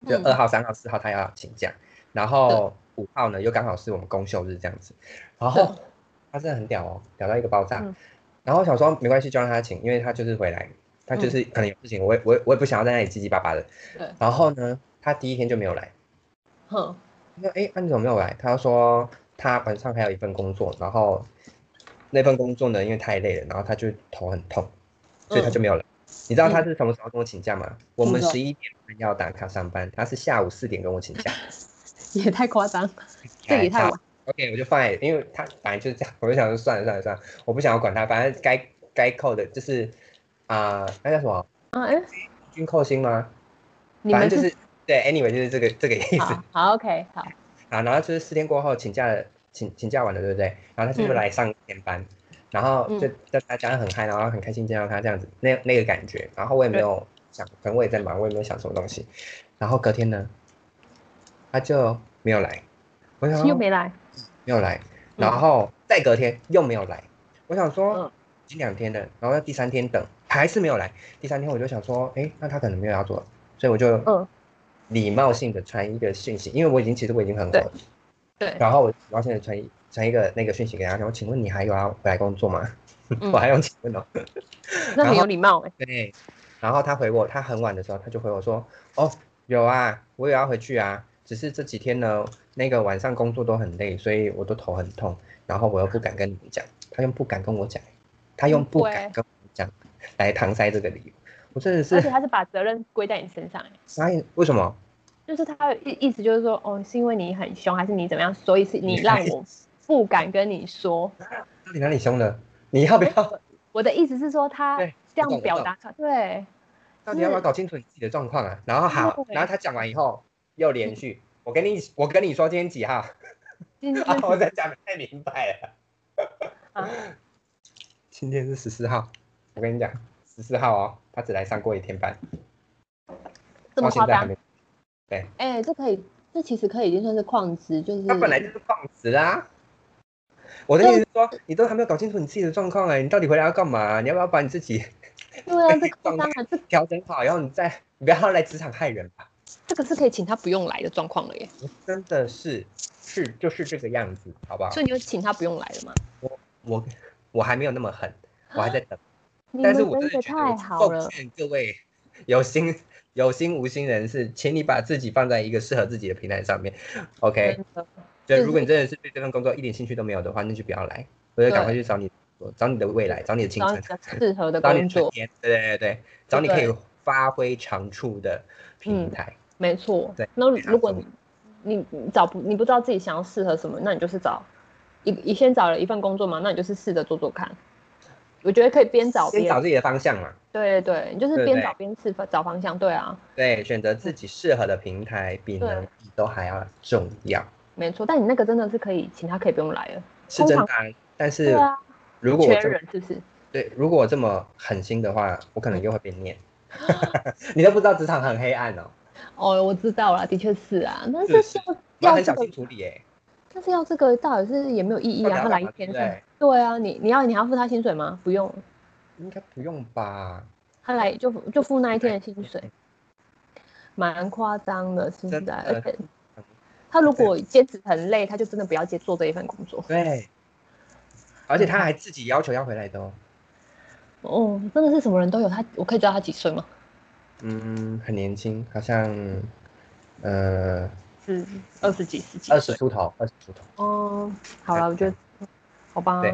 Speaker 1: 就
Speaker 2: 嗯
Speaker 1: 二号、三号、四号他要请假，然后五号呢又刚好是我们公休日这样子，然后
Speaker 2: 对
Speaker 1: [LAUGHS] 他真的很屌哦，屌到一个爆炸。
Speaker 2: 嗯
Speaker 1: 然后想说没关系，就让他请，因为他就是回来，他就是可能有事情，我也我也我也不想要在那里叽叽巴巴的。
Speaker 2: 嗯对
Speaker 1: 然后呢，他第一天就没有来，
Speaker 2: 哼，
Speaker 1: 他说：“哎、安你怎么没有来？”他说：“他晚上还有一份工作，然后那份工作呢，因为太累了，然后他就头很痛，所以
Speaker 2: 嗯
Speaker 1: 他就没有来。你知道他是什么时候跟我请假吗？我们
Speaker 2: 什么
Speaker 1: 十一点半要打卡上班，他是下午四点跟我请
Speaker 2: [LAUGHS]
Speaker 1: 假，哎
Speaker 2: 也太夸张，
Speaker 1: [LAUGHS]
Speaker 2: 这也太晚。
Speaker 1: OK，我就放在，因为他反正就是这样，我就想说算了算了算了，我不想要管他，反正该该扣的就是啊、呃那叫什么
Speaker 2: 啊！哎，
Speaker 1: 均扣薪吗？
Speaker 2: 你
Speaker 1: 反
Speaker 2: 们
Speaker 1: 正就是对，anyway 就是这个这个意思
Speaker 2: 好好 OK 好，
Speaker 1: 啊。然后就是四天过后请假了，请请假完了，对不对？然后他就
Speaker 2: 嗯
Speaker 1: 来上一天班，然后就就大家很嗨，然后很开心见到他这样子，那那个感觉。然后我也没有想，可能我也在忙，我也没有想什么东西。然后隔天呢，他就没有来，我想说
Speaker 2: 又没来，
Speaker 1: 没有来，然后再隔天又没有来。我想说
Speaker 2: 嗯
Speaker 1: 已经两天了，然后到第三天等还是没有来。第三天我就想说，哎，那他可能没有要做，所以我就
Speaker 2: 嗯
Speaker 1: 礼貌性的传一个讯息，因为我已经其实我已经很
Speaker 2: 对
Speaker 1: 红，
Speaker 2: 对，
Speaker 1: 然后我礼貌性的传一传一个那个讯息给他，然后请问你还有要回来工作吗？[LAUGHS]
Speaker 2: 嗯
Speaker 1: 我还用请问哦？
Speaker 2: 那
Speaker 1: 然
Speaker 2: 很
Speaker 1: 后
Speaker 2: 有礼貌哎，
Speaker 1: 对，然后他回我，他很晚的时候他就回我说，哦，有啊，我也要回去啊，只是这几天呢，那个晚上工作都很累，所以我都头很痛，然后我又不敢跟你们讲，他用不敢跟我讲，他用不敢
Speaker 2: 对
Speaker 1: 跟我讲来搪塞这个理由，我真的
Speaker 2: 而
Speaker 1: 是
Speaker 2: 且他是把责任归在你身上哎，
Speaker 1: 傻眼，为什么？
Speaker 2: 就是他有意意思就是说，哦，是因为你很凶，还是你怎么样，所以是你
Speaker 1: 你
Speaker 2: 让我不敢跟你说。
Speaker 1: 到底哪里凶了？你要不要？
Speaker 2: 我的意思是说，他
Speaker 1: 对
Speaker 2: 这
Speaker 1: 我懂
Speaker 2: 样表达出来，对，
Speaker 1: 到底要不要搞清楚你自己的状况啊？然后好，
Speaker 2: 对
Speaker 1: 然后他讲完以后又连续，我跟你我跟你说今天几号，
Speaker 2: 今天
Speaker 1: [LAUGHS] 啊、我才讲的太明白了。
Speaker 2: 啊，
Speaker 1: 今天是十四号，我跟你讲，十四号哦，他只来上过一天班，
Speaker 2: 这么
Speaker 1: 到现
Speaker 2: 夸
Speaker 1: 在还
Speaker 2: 张
Speaker 1: 没，。
Speaker 2: 哎、这可以，这其实可以已经算是旷职，就是
Speaker 1: 他本来就是放职啦。我的意思是
Speaker 2: 嗯
Speaker 1: 说，你都还没有搞清楚你自己的状况哎，你到底回来要干嘛、你要不要把你自己 [LAUGHS]
Speaker 2: 对啊，这
Speaker 1: 状
Speaker 2: 夸张啊，这
Speaker 1: 调整好，然后你再你不要来职场害人吧？
Speaker 2: 这个是可以请他不用来的状况了耶，
Speaker 1: 真的是是就是这个样子，好不好
Speaker 2: 所？以你有请他不用来了吗？
Speaker 1: 我我还没有那么狠，我还在等。
Speaker 2: 你
Speaker 1: 但
Speaker 2: 们
Speaker 1: 是我
Speaker 2: 真
Speaker 1: 真
Speaker 2: 的
Speaker 1: 的觉得
Speaker 2: 太
Speaker 1: 我
Speaker 2: 好了
Speaker 1: 奉，劝各位有心有心无心人士，请你把自己放在一个适合自己的平台上面。OK，
Speaker 2: 真的，
Speaker 1: 所以
Speaker 2: 嗯就是
Speaker 1: 如果你真的是对这份工作一点兴趣都没有的话，那就不要来，或者赶快去找你找你的未来，找你的青
Speaker 2: 找你
Speaker 1: 春，
Speaker 2: 的适合的
Speaker 1: 找你
Speaker 2: 工
Speaker 1: 的春
Speaker 2: 作，
Speaker 1: 天，对对对对，找你可以发挥长处的平
Speaker 2: 嗯
Speaker 1: 台。
Speaker 2: 没错
Speaker 1: 对。
Speaker 2: 那
Speaker 1: 非常
Speaker 2: 如果
Speaker 1: 重
Speaker 2: 你你你找不你不知道自己想要适合什么，那你就是找一你先找了一份工作嘛，那你就是试着做做看。我觉得可以边找
Speaker 1: 先
Speaker 2: 边
Speaker 1: 找自己的方向嘛，
Speaker 2: 对对对，你就是
Speaker 1: 对
Speaker 2: 边
Speaker 1: 对
Speaker 2: 找边试找方向，对啊，
Speaker 1: 对，选择自己适合的平台比
Speaker 2: 对
Speaker 1: 能力都还要重要，
Speaker 2: 没错。但你那个真的是可以，请他可以不用来了，
Speaker 1: 是真的
Speaker 2: 通
Speaker 1: 啊。但
Speaker 2: 对
Speaker 1: 是
Speaker 2: 啊，
Speaker 1: 如果我
Speaker 2: 缺
Speaker 1: 这么
Speaker 2: 人是不是？
Speaker 1: 对，如果我这么狠心的话，我可能又会被
Speaker 2: [LAUGHS]
Speaker 1: 念。你都不知道职场很黑暗哦，
Speaker 2: 哦，我知道啦，的确是啊，但
Speaker 1: 是
Speaker 2: 是
Speaker 1: 是要
Speaker 2: [LAUGHS] 要
Speaker 1: 很
Speaker 2: 这
Speaker 1: 小
Speaker 2: 个
Speaker 1: 心，处理哎、
Speaker 2: 但是要这个到底是也没有意义
Speaker 1: 到底
Speaker 2: 啊，
Speaker 1: 要
Speaker 2: 他来
Speaker 1: 干
Speaker 2: 一
Speaker 1: 嘛
Speaker 2: 天
Speaker 1: 对不对，
Speaker 2: 对啊，你你要你还要付他薪水吗？不用，
Speaker 1: 应该不用吧？
Speaker 2: 他来就付就付那一天的薪水，蛮夸张的，是不
Speaker 1: 真
Speaker 2: 是
Speaker 1: 的
Speaker 2: 啊？而且他如果兼职很累，他就真的不要接做这一份工作。
Speaker 1: 对，而且他还自己要求要回来的哦。
Speaker 2: 哦，真的是什么人都有，他我可以知道他几岁吗？
Speaker 1: 嗯，很年轻，好像呃
Speaker 2: 是二十几、十几
Speaker 1: 二十出头，二十出头。
Speaker 2: 哦，好了，我觉得好吧
Speaker 1: 对，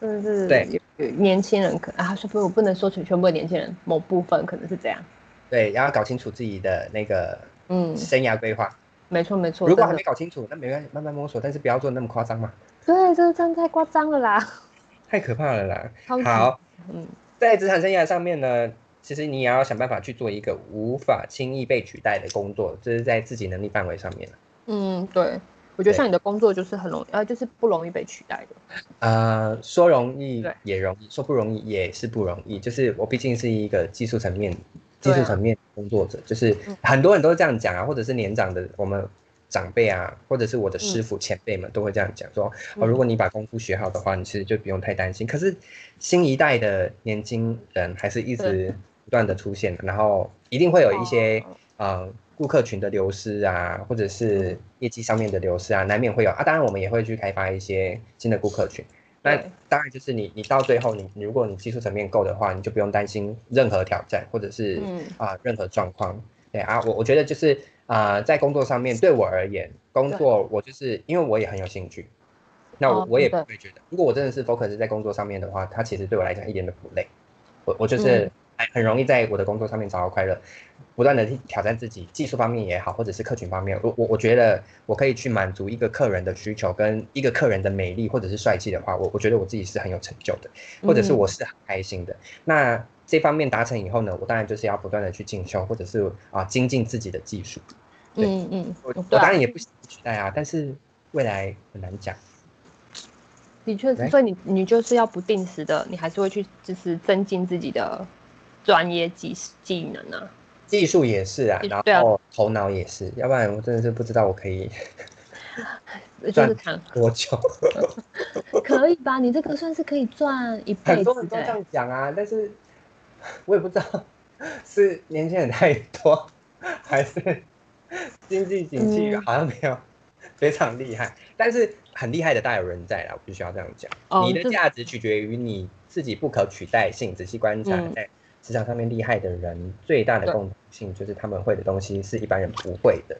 Speaker 2: 真的是
Speaker 1: 对
Speaker 2: 有有年轻人可啊，是不是我不能说全全部的年轻人，某部分可能是这样。
Speaker 1: 对，然后搞清楚自己的那个
Speaker 2: 嗯，
Speaker 1: 生涯规划。
Speaker 2: 没错没错，
Speaker 1: 如果还
Speaker 2: 嗯真
Speaker 1: 没
Speaker 2: 的
Speaker 1: 搞清楚，那没关系，慢慢摸索，但是不要做那么夸张嘛，
Speaker 2: 对，这真的太夸张了啦，
Speaker 1: 太可怕了啦。
Speaker 2: 超级
Speaker 1: 好，
Speaker 2: 嗯，
Speaker 1: 在职场生涯上面呢，其实你也要想办法去做一个无法轻易被取代的工作，这、是在自己能力范围上面啊
Speaker 2: 嗯，对，我
Speaker 1: 对
Speaker 2: 觉得像你的工作就是很容易，呃，就是不容易被取代的。
Speaker 1: 呃，说容易
Speaker 2: 对
Speaker 1: 也容易，说不容易也是不容易。就是我毕竟是一个技术层面、技术
Speaker 2: 对啊
Speaker 1: 层面工作者，就是
Speaker 2: 嗯
Speaker 1: 很多人都是这样讲啊，或者是年长的我们长辈啊，或者是我的师傅、前辈们都会这样讲说，哦，
Speaker 2: 嗯
Speaker 1: 如果你把功夫学好的话，你其实就不用太担心。可是新一代的年轻人还是一直不断的出现，然后一定会有一些
Speaker 2: 哦
Speaker 1: 呃顾客群的流失啊，或者是业绩上面的流失啊，难免会有啊。当然，我们也会去开发一些新的顾客群。那
Speaker 2: 对
Speaker 1: 当然就是你，你到最后你，你如果你技术层面够的话，你就不用担心任何挑战或者是
Speaker 2: 嗯
Speaker 1: 啊、任何状况。对啊，我我觉得就是啊、呃在工作上面对我而言，工作我就是因为我也很有兴趣，那我、
Speaker 2: 哦
Speaker 1: 我也不
Speaker 2: 真的
Speaker 1: 会觉得，如果我真的是 focus 在工作上面的话，它其实对我来讲一点都不累。我我就是
Speaker 2: 嗯
Speaker 1: 很很容易在我的工作上面找到快乐，不断的去挑战自己，技术方面也好，或者是客群方面，我我我觉得我可以去满足一个客人的需求，跟一个客人的美丽或者是帅气的话，我我觉得我自己是很有成就的，或者是
Speaker 2: 嗯
Speaker 1: 我是很开心的。那这方面达成以后呢，我当然就是要不断的去进修，或者是啊精进自己的技术。对
Speaker 2: 嗯嗯
Speaker 1: 我我
Speaker 2: 嗯，对
Speaker 1: 当
Speaker 2: 啊，
Speaker 1: 然也不取代啊，但是未来很难讲。
Speaker 2: 的确是，
Speaker 1: 对
Speaker 2: 所以你你就是要不定时的，你还是会去就是增进自己的专业技技能啊。
Speaker 1: 技术也是啊，
Speaker 2: 技术
Speaker 1: 然
Speaker 2: 对啊
Speaker 1: 后头脑也是，要不然我真的是不知道我可以 [LAUGHS]
Speaker 2: 就
Speaker 1: 赚
Speaker 2: 是谈
Speaker 1: 多久。
Speaker 2: 可以吧？你这个算是可以赚一辈
Speaker 1: 很
Speaker 2: 子
Speaker 1: 多人都
Speaker 2: 的
Speaker 1: 这
Speaker 2: 欸、
Speaker 1: 样讲啊，但是 [LAUGHS] 我也不知道是年轻人太多， [LAUGHS] 还是经济景气
Speaker 2: 嗯
Speaker 1: 好像没有非常厉害，但是很厉害的大有人在啦，我必须要这样讲。
Speaker 2: 哦
Speaker 1: 你的
Speaker 2: 这
Speaker 1: 价值取决于你自己不可取代性，仔细观察
Speaker 2: 嗯
Speaker 1: 在职场上面厉害的人最大的
Speaker 2: 对
Speaker 1: 共同性就是他们会的东西是一般人不会的。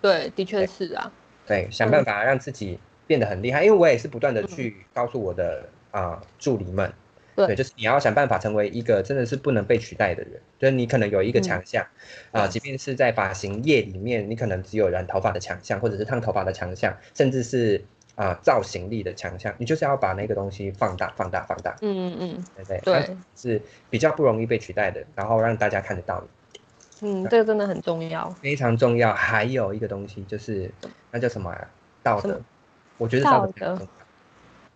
Speaker 2: 对，的
Speaker 1: 对
Speaker 2: 确是啊。
Speaker 1: 对，想
Speaker 2: 嗯
Speaker 1: 办法让自己变得很厉害，因为我也是不断的去告诉我的啊、助理们，
Speaker 2: 对
Speaker 1: 就是你要想办法成为一个真的是不能被取代的人，就是你可能有一个
Speaker 2: 嗯
Speaker 1: 强项啊、
Speaker 2: 对
Speaker 1: 即便是在发型业里面，你可能只有染头发的强项，或者是烫头发的强项，甚至是啊、造型力的强项，你就是要把那个东西放大、放大、放大，
Speaker 2: 嗯嗯
Speaker 1: 对不对？
Speaker 2: 对
Speaker 1: 让是比较不容易被取代的，然后让大家看得到你，
Speaker 2: 嗯，这个真的很重要。
Speaker 1: 非常重要。还有一个东西就是那叫什么、啊、道
Speaker 2: 什
Speaker 1: 德
Speaker 2: 么，
Speaker 1: 我觉得道
Speaker 2: 道
Speaker 1: 德非常
Speaker 2: 德
Speaker 1: 重要。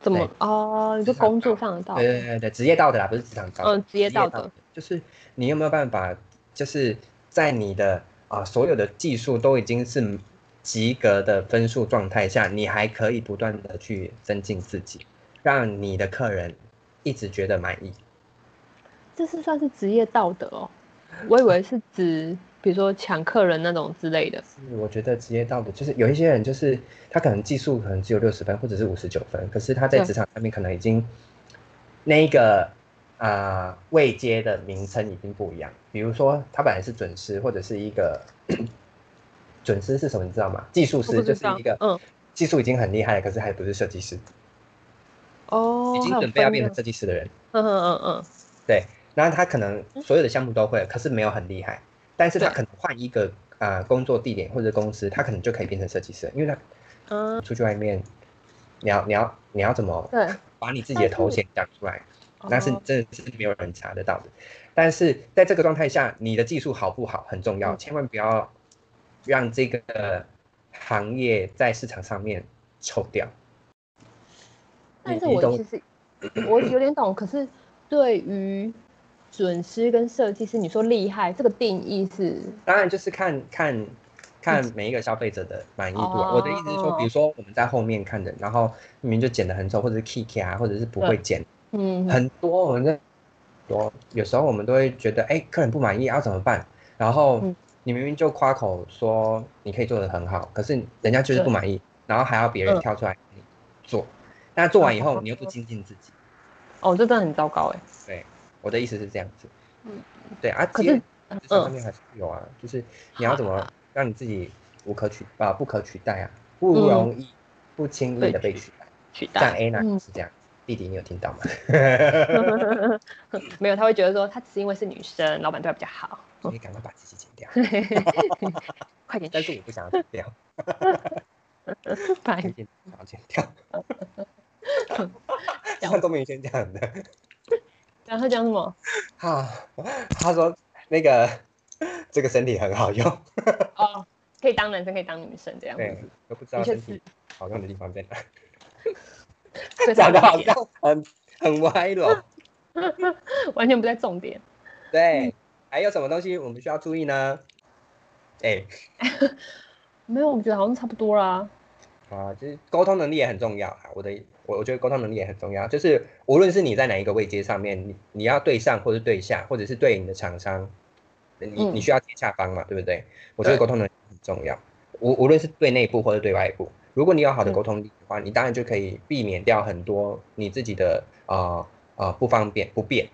Speaker 2: 怎么
Speaker 1: 对
Speaker 2: 哦？你就
Speaker 1: 职场
Speaker 2: 工作
Speaker 1: 道
Speaker 2: 上的道
Speaker 1: 对对
Speaker 2: 理，
Speaker 1: 对对，职业道德啦，不是职场道德。
Speaker 2: 嗯职业道德
Speaker 1: 就是你有没有办法，就是在你的啊、所有的技术都已经是及格的分数状态下，你还可以不断的去增进自己，让你的客人一直觉得满意。
Speaker 2: 这是算是职业道德哦。我以为是指比如说抢客人那种之类的。
Speaker 1: 我觉得职业道德就是有一些人，就是他可能技术可能只有六十分或者是五十九分，可是他在
Speaker 2: 对
Speaker 1: 职场上面可能已经那一个啊位阶的名称已经不一样。比如说，他本来是准师或者是一个准师是什么，你知道吗？技术
Speaker 2: 我
Speaker 1: 师
Speaker 2: 不知
Speaker 1: 就是
Speaker 2: 道
Speaker 1: 一个
Speaker 2: 嗯
Speaker 1: 技术已经很厉害了，可是还不是设计师，
Speaker 2: 哦，
Speaker 1: 已经
Speaker 2: 还有
Speaker 1: 准备要
Speaker 2: 分
Speaker 1: 变
Speaker 2: 的
Speaker 1: 成设计师的人。
Speaker 2: 嗯嗯嗯
Speaker 1: 对，然后他可能所有的项目都会，可是没有很厉害，但是他
Speaker 2: 对
Speaker 1: 可能换一个啊、呃工作地点或者公司，他可能就可以变成设计师，因为他
Speaker 2: 嗯，嗯
Speaker 1: 出去外面，你要你要你要怎么
Speaker 2: 对，
Speaker 1: 把你自己的头衔讲出来？那是
Speaker 2: 哦
Speaker 1: 真的是没有人查得到的。但是在这个状态下，你的技术好不好很重要，
Speaker 2: 嗯
Speaker 1: 千万不要让这个行业在市场上面臭掉。
Speaker 2: 但
Speaker 1: 你
Speaker 2: 是
Speaker 1: 你
Speaker 2: 我
Speaker 1: 懂
Speaker 2: 其实我有点懂，可是对于准师跟设计师，你说厉害这个定义是
Speaker 1: 当然就是看看看每一个消费者的满意度啊、
Speaker 2: 嗯哦
Speaker 1: 我的意思是说，比如说我们在后面看人，然后明明就剪得很丑，或者是 kick 啊，或者是不会剪，
Speaker 2: 嗯
Speaker 1: 很多我们在多哎有时候我们都会觉得，哎、客人不满意要、怎么办？然后
Speaker 2: 嗯
Speaker 1: 你明明就夸口说你可以做得很好，可是人家就是不满意，然后还要别人
Speaker 2: 嗯
Speaker 1: 跳出来你做，那做完以后
Speaker 2: 哦
Speaker 1: 你又不精进自己。
Speaker 2: 哦，这真的很糟糕哎。
Speaker 1: 我的意思是这样子，
Speaker 2: 嗯，
Speaker 1: 对啊，
Speaker 2: 可
Speaker 1: 其实
Speaker 2: 是嗯
Speaker 1: 职场上面还是有啊，就是你要怎么让你自己无可取啊、不可取代啊，不
Speaker 2: 嗯
Speaker 1: 容易、不轻易的被
Speaker 2: 被
Speaker 1: 取代。
Speaker 2: 取
Speaker 1: 像
Speaker 2: 代
Speaker 1: A 呢
Speaker 2: 嗯
Speaker 1: 是这样，弟弟你有听
Speaker 2: [LAUGHS]
Speaker 1: 到吗？
Speaker 2: 没有，他会觉得说他只是因为是女生，老板对他比较好。 [LAUGHS]
Speaker 1: 你赶快把自己剪掉，
Speaker 2: 快点
Speaker 1: 但是
Speaker 2: 去
Speaker 1: 我不想要剪掉。
Speaker 2: 拜
Speaker 1: 推荐把它剪掉，
Speaker 2: [LAUGHS] 然
Speaker 1: 像都明先讲的
Speaker 2: 然后讲什么？
Speaker 1: 啊，他说那个这个身体很好用，
Speaker 2: 哦，可以当男生，可以当女生这样
Speaker 1: 对
Speaker 2: 子。，
Speaker 1: 都不知道
Speaker 2: 的确
Speaker 1: 身体
Speaker 2: 是，
Speaker 1: 好用的地方在哪，
Speaker 2: [LAUGHS] 所以才
Speaker 1: [LAUGHS] 讲的好
Speaker 2: 不
Speaker 1: 像
Speaker 2: 解
Speaker 1: 很很歪了。
Speaker 2: 完全不在重点。
Speaker 1: 对，还有什么东西我们需要注意呢？哎，
Speaker 2: 没有，我觉得好像差不多啦。
Speaker 1: 啊，就是沟通能力也很重要啊。我的，我我觉得沟通能力也很重要，就是无论是你在哪一个位阶上面，你你要对上或者对下，或者是对你的厂商，你
Speaker 2: 嗯
Speaker 1: 你需要接洽方嘛，对不对？我觉得
Speaker 3: 对
Speaker 1: 沟通能力很重要，无无论是对内部或者对外部，如果你有好的沟通力的话，你当然就可以避免掉很多你自己的啊啊不方便、不便、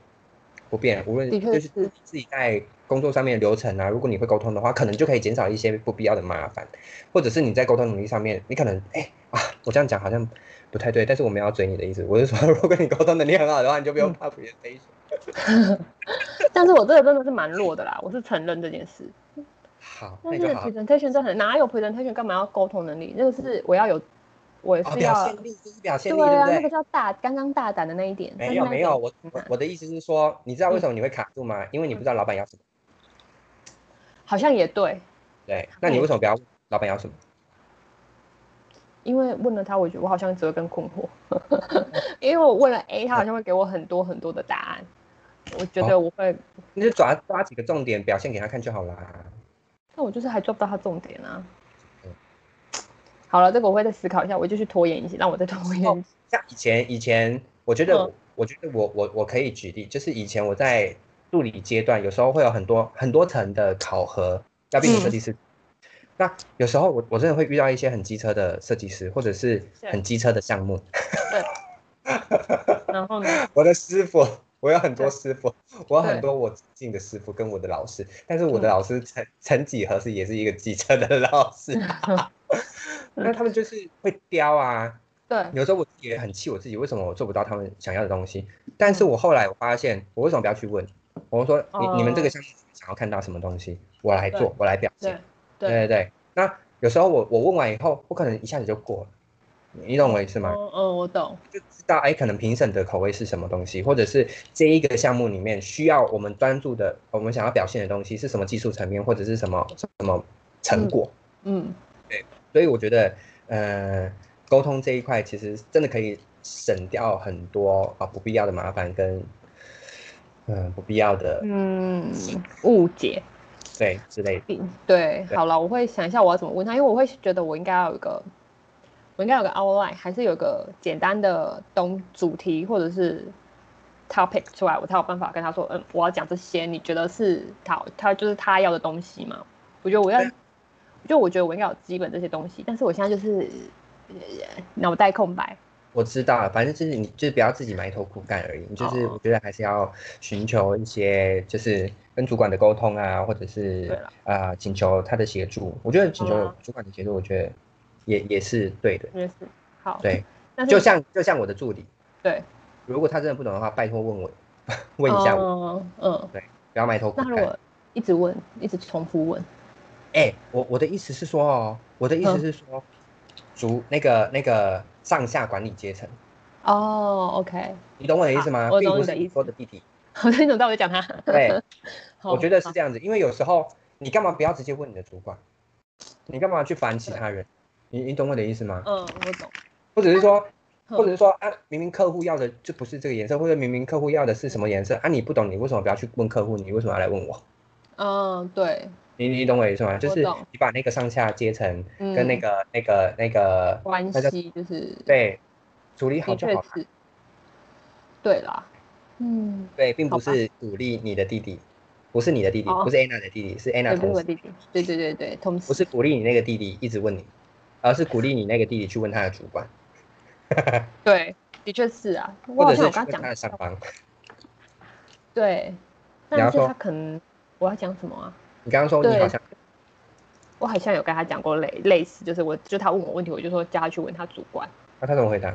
Speaker 1: 不便，无论
Speaker 2: 的确
Speaker 1: 就是自己在工作上面的流程啊，如果你会沟通的话，可能就可以减少一些不必要的麻烦，或者是你在沟通能力上面，你可能哎、啊，我这样讲好像不太对，但是我们要追你的意思，我是说， [LAUGHS] 如果你沟通能力很好的话，你就不
Speaker 2: 嗯
Speaker 1: 用怕别人飞手。
Speaker 2: 但是我这个真的是蛮弱的啦，我是承认这件事。
Speaker 1: 好，那
Speaker 2: 但
Speaker 1: 就是好。
Speaker 2: presentation 真的很哪有 presentation 干嘛要沟通能力？那个是我要有，我
Speaker 1: 哦，
Speaker 2: 是要、
Speaker 1: 表现力就是表现力，
Speaker 2: 对啊，
Speaker 1: 不
Speaker 2: 那个
Speaker 1: 对？
Speaker 2: 是要大刚刚大胆的那一点。
Speaker 1: 哎
Speaker 2: 但
Speaker 1: 没
Speaker 2: 是
Speaker 1: 有
Speaker 2: 那一
Speaker 1: 没
Speaker 2: 点
Speaker 1: 有，我我
Speaker 2: 难
Speaker 1: 我的意思是说，你知道为什么你会卡住吗？因为你不知道老板要什么。
Speaker 2: 好像也对，
Speaker 1: 对，那你为什么不要问老板要什么？
Speaker 2: 因为问了他，我觉得我好像只会更困惑，
Speaker 1: 嗯
Speaker 2: [LAUGHS] 因为我问了 A，他好像会给我很多很多的答案，我觉
Speaker 1: 哦
Speaker 2: 得我会，
Speaker 1: 你就抓抓几个重点表现给他看就好啦。
Speaker 2: 但我就是还抓不到他重点啊
Speaker 1: 嗯。
Speaker 2: 好了，这个我会再思考一下，我就去拖延一些，让我再拖延一
Speaker 1: 哦
Speaker 2: 些。
Speaker 1: 像以前以前，我觉得
Speaker 2: 嗯
Speaker 1: 我我觉得我我我可以举例，就是以前我在助理阶段，有时候会有很多很多层的考核要变成设计师。那有时候我我真的会遇到一些很机车的设计师，或者是很机车的项目。 [LAUGHS]
Speaker 2: 然后呢，
Speaker 1: 我的师傅， [LAUGHS] 我有很多师傅，我有很
Speaker 2: 对
Speaker 1: 多我尊敬的师傅跟我的老师，但是我的
Speaker 2: 嗯
Speaker 1: 老师曾曾几何时也是一个机车的老
Speaker 2: [LAUGHS]
Speaker 1: 师，那他们就是会刁啊。
Speaker 2: [LAUGHS] 对，
Speaker 1: 有时候我自己也很气我自己，为什么我做不到他们想要的东西？但是我后来我发现，我为什么不要去问？我说你你们这个项目想要看到什么东西，我来做
Speaker 2: 哦对，
Speaker 1: 我来表现
Speaker 2: 对。
Speaker 1: 对对对。那有时候我我问完以后，我可能一下子就过了，你懂我意思吗？
Speaker 2: 嗯嗯，我懂，
Speaker 1: 就知道哎，可能评审的口味是什么东西，或者是这一个项目里面需要我们专注的，我们想要表现的东西是什么技术层面，或者是什么什么成果。
Speaker 2: 嗯，
Speaker 1: 所以我觉得，呃，沟通这一块其实真的可以省掉很多啊不必要的麻烦跟嗯、不必要的
Speaker 2: 嗯，误解。
Speaker 1: 对之类的。
Speaker 2: 嗯对，
Speaker 1: 对
Speaker 2: 好了，我会想一下我要怎么问他，因为我会觉得我应该要有一个，我应该有个 outline，还是有一个简单的东主题或者是 topic 出来，我才有办法跟他说，嗯，我要讲这些，你觉得是他他就是他要的东西吗？我觉得我要
Speaker 1: 对，
Speaker 2: 就我觉得我应该有基本这些东西，但是我现在就是呃脑袋空白，
Speaker 1: 我知道，反正就是你就是不要自己埋头苦干而已，你就是
Speaker 2: 哦
Speaker 1: 我觉得还是要寻求一些就是跟主管的沟通啊，或者
Speaker 2: 对
Speaker 1: 是
Speaker 2: 啦
Speaker 1: 啊请求他的协助。我觉得请
Speaker 2: 好
Speaker 1: 求
Speaker 2: 啊
Speaker 1: 主管的协助，我觉得也也是对的。
Speaker 2: 就是好，
Speaker 1: 对，
Speaker 2: 但是
Speaker 1: 就像就像我的助理，
Speaker 2: 对
Speaker 1: 如果他真的不懂的话，拜托问我， [LAUGHS] 问一下我，哎
Speaker 2: 嗯嗯，
Speaker 1: 不要埋头苦
Speaker 2: 那如
Speaker 1: 干。
Speaker 2: 果一直问，一直重复问，
Speaker 1: 哎、我我的意思是说哦，我的意思
Speaker 2: 嗯
Speaker 1: 是说，主那个那个上下管理阶层，
Speaker 2: 哦，OK，
Speaker 1: 你懂我的意思吗？
Speaker 2: 好我
Speaker 1: 并
Speaker 2: 懂
Speaker 1: 不
Speaker 2: 你
Speaker 1: 是
Speaker 2: 的意
Speaker 1: 你
Speaker 2: 思
Speaker 1: 说的弟
Speaker 2: [LAUGHS]
Speaker 1: 弟。
Speaker 2: 好像你怎么 [LAUGHS] 知道我在讲他？
Speaker 1: 对，
Speaker 2: [LAUGHS] 哦好
Speaker 1: 我觉得是这样子，因为有时候你干嘛不要直接问你的主管？你干嘛去烦其他人？你你懂我的意思吗？
Speaker 2: 嗯，我懂。
Speaker 1: 或者是说，
Speaker 2: 嗯
Speaker 1: 或者是说啊，明明客户要的就不是这个颜色，或者明明客户要的是什么颜色啊？你不懂，你为什么不要去问客户？你为什么要来问我？
Speaker 2: 嗯，对，
Speaker 1: 你你懂我的意思吗？就是
Speaker 2: 懂
Speaker 1: 你把那个上下阶层
Speaker 2: 嗯，
Speaker 1: 跟那个、那个那个
Speaker 2: 关
Speaker 1: 那叫
Speaker 2: 系就是，
Speaker 1: 对处理好
Speaker 2: 的
Speaker 1: 就
Speaker 2: 确
Speaker 1: 好了。
Speaker 2: 是，对啦，嗯，
Speaker 1: 对，并不
Speaker 2: 好吧
Speaker 1: 是鼓励你的弟弟，不是你的弟弟，
Speaker 2: 哦
Speaker 1: 不是 Anna 的弟弟，是
Speaker 2: 对，
Speaker 1: Anna
Speaker 2: 不是
Speaker 1: 同
Speaker 2: 我
Speaker 1: 事。
Speaker 2: 弟弟，对对对对，同
Speaker 1: 不
Speaker 2: 事，
Speaker 1: 是鼓励你那个弟弟一直问你，而是鼓励你那个弟弟去问他的主管，
Speaker 2: 对，的确是啊，我
Speaker 1: 或
Speaker 2: 好
Speaker 1: 者
Speaker 2: 像
Speaker 1: 是
Speaker 2: 有
Speaker 1: 去
Speaker 2: 跟
Speaker 1: 问
Speaker 2: 他
Speaker 1: 他的上
Speaker 2: 讲，
Speaker 1: 方。
Speaker 2: 对，
Speaker 1: 你要
Speaker 2: 但是
Speaker 1: 说
Speaker 2: 他可能我要讲什么啊？
Speaker 1: 你刚刚说你好像
Speaker 2: 我好像有跟他讲过类类似，就是我就他问我问题，我就说叫他去问他主管，
Speaker 1: 那、啊他怎么回答？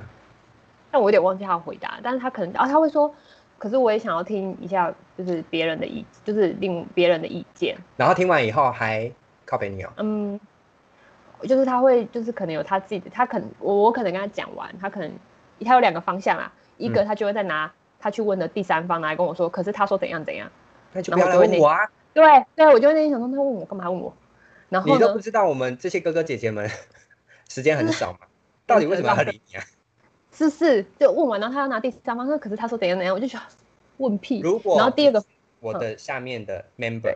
Speaker 2: 但我有点忘记他的回答，但是他可能啊他会说，可是我也想要听一下，就是别人的意，就是另别人的意见，
Speaker 1: 然后听完以后还靠北你哦，
Speaker 2: 嗯，就是他会，就是可能有他自己的，他可能我我可能跟他讲完，他可能他有两个方向啦，啊一
Speaker 1: 嗯
Speaker 2: 个他就会再拿他去问的第三方来跟我说，可是他说怎样怎样，
Speaker 1: 那就
Speaker 2: 然
Speaker 1: 不要来
Speaker 2: 后我就
Speaker 1: 问我啊！
Speaker 2: 对对，我就会在想说，他问我干嘛问我？然后
Speaker 1: 你都不
Speaker 2: 呢，
Speaker 1: 知道我们这些哥哥姐姐们时间很
Speaker 2: [LAUGHS]
Speaker 1: 少嘛，到底为什么要理你啊？
Speaker 2: 是是就问完，然后他要拿第三方，那可是他说怎样怎样，我就觉得 [LAUGHS] 问屁。
Speaker 1: 如果
Speaker 2: 然后第二个
Speaker 1: 我的下面的 member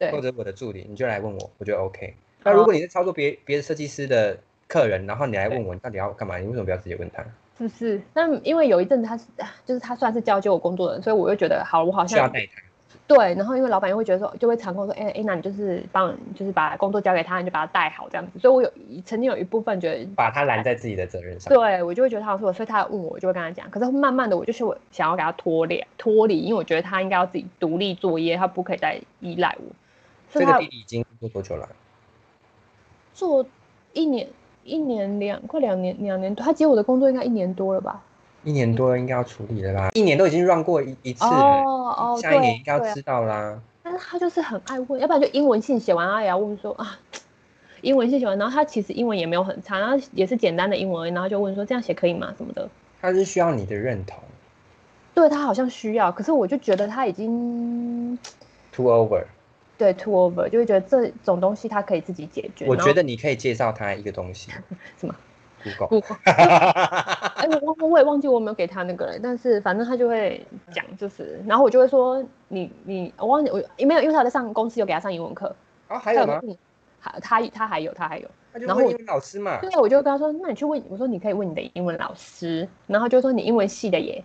Speaker 1: 或
Speaker 2: 对
Speaker 1: 者我的助理，你就来问我，我觉得 OK。那如果你是操作别别的设计师的客人，然后你来问我，你到底要干嘛？你为什么不要直接问他？
Speaker 2: 是不是？但因为有一阵子他是就是他算是教教我工作的人，所以我又觉得好，我好
Speaker 1: 需要
Speaker 2: 像
Speaker 1: 带他。
Speaker 2: 对，然后因为老板又会觉得说，就会常跟我说，哎、哎，那你就是帮，就是把工作交给他，你就把他带好这样子。所以我有曾经有一部分觉得，
Speaker 1: 把他揽在自己的责任上。
Speaker 2: 对我就会觉得他好像是我，所以他问我，我就会跟他讲。可是慢慢的，我就是我想要给他脱离脱离，因为我觉得他应该要自己独立作业，他不可以再依赖我。所
Speaker 1: 这
Speaker 2: 以
Speaker 1: 个
Speaker 2: 他
Speaker 1: 弟弟已经做多久了？
Speaker 2: 做一年一年两快两年两年多，他接我的工作应该一年多了吧？
Speaker 1: 一年多应该要处理的啦，一年都已经 run 过一一次了，
Speaker 2: 嗯哦哦，
Speaker 1: 下一
Speaker 2: 对
Speaker 1: 年应该
Speaker 2: 对
Speaker 1: 要
Speaker 2: 啊
Speaker 1: 知道啦。
Speaker 2: 但是他就是很爱问，要不然就英文信写完，他也要问说啊，英文信写完，然后他其实英文也没有很差，然后也是简单的英文而已，然后就问说这样写可以吗什么的。
Speaker 1: 他是需要你的认同
Speaker 2: 对他好像需要，可是我就觉得他已经
Speaker 1: ，to over。
Speaker 2: 对 too over，就会觉得这种东西他可以自己解决。
Speaker 1: 我
Speaker 2: 然
Speaker 1: 觉
Speaker 2: 后
Speaker 1: 得你可以介绍他一个东西，
Speaker 2: [LAUGHS] 什么
Speaker 1: Google。
Speaker 2: 不，哎、我我我也忘记我有没有给他那个了，但是反正他就会讲，就是，然后我就会说你你我忘记我没有，因为他在上公司有给他上英文课，
Speaker 1: 哦，还有
Speaker 2: 他
Speaker 1: 吗？
Speaker 2: 问还他他还有他还有。
Speaker 1: 那就
Speaker 2: 然后
Speaker 1: 问
Speaker 2: 我
Speaker 1: 英文老师嘛。
Speaker 2: 对，啊我就跟他说，那你去问，我说你可以问你的英文老师，然后他就说你英文系的耶，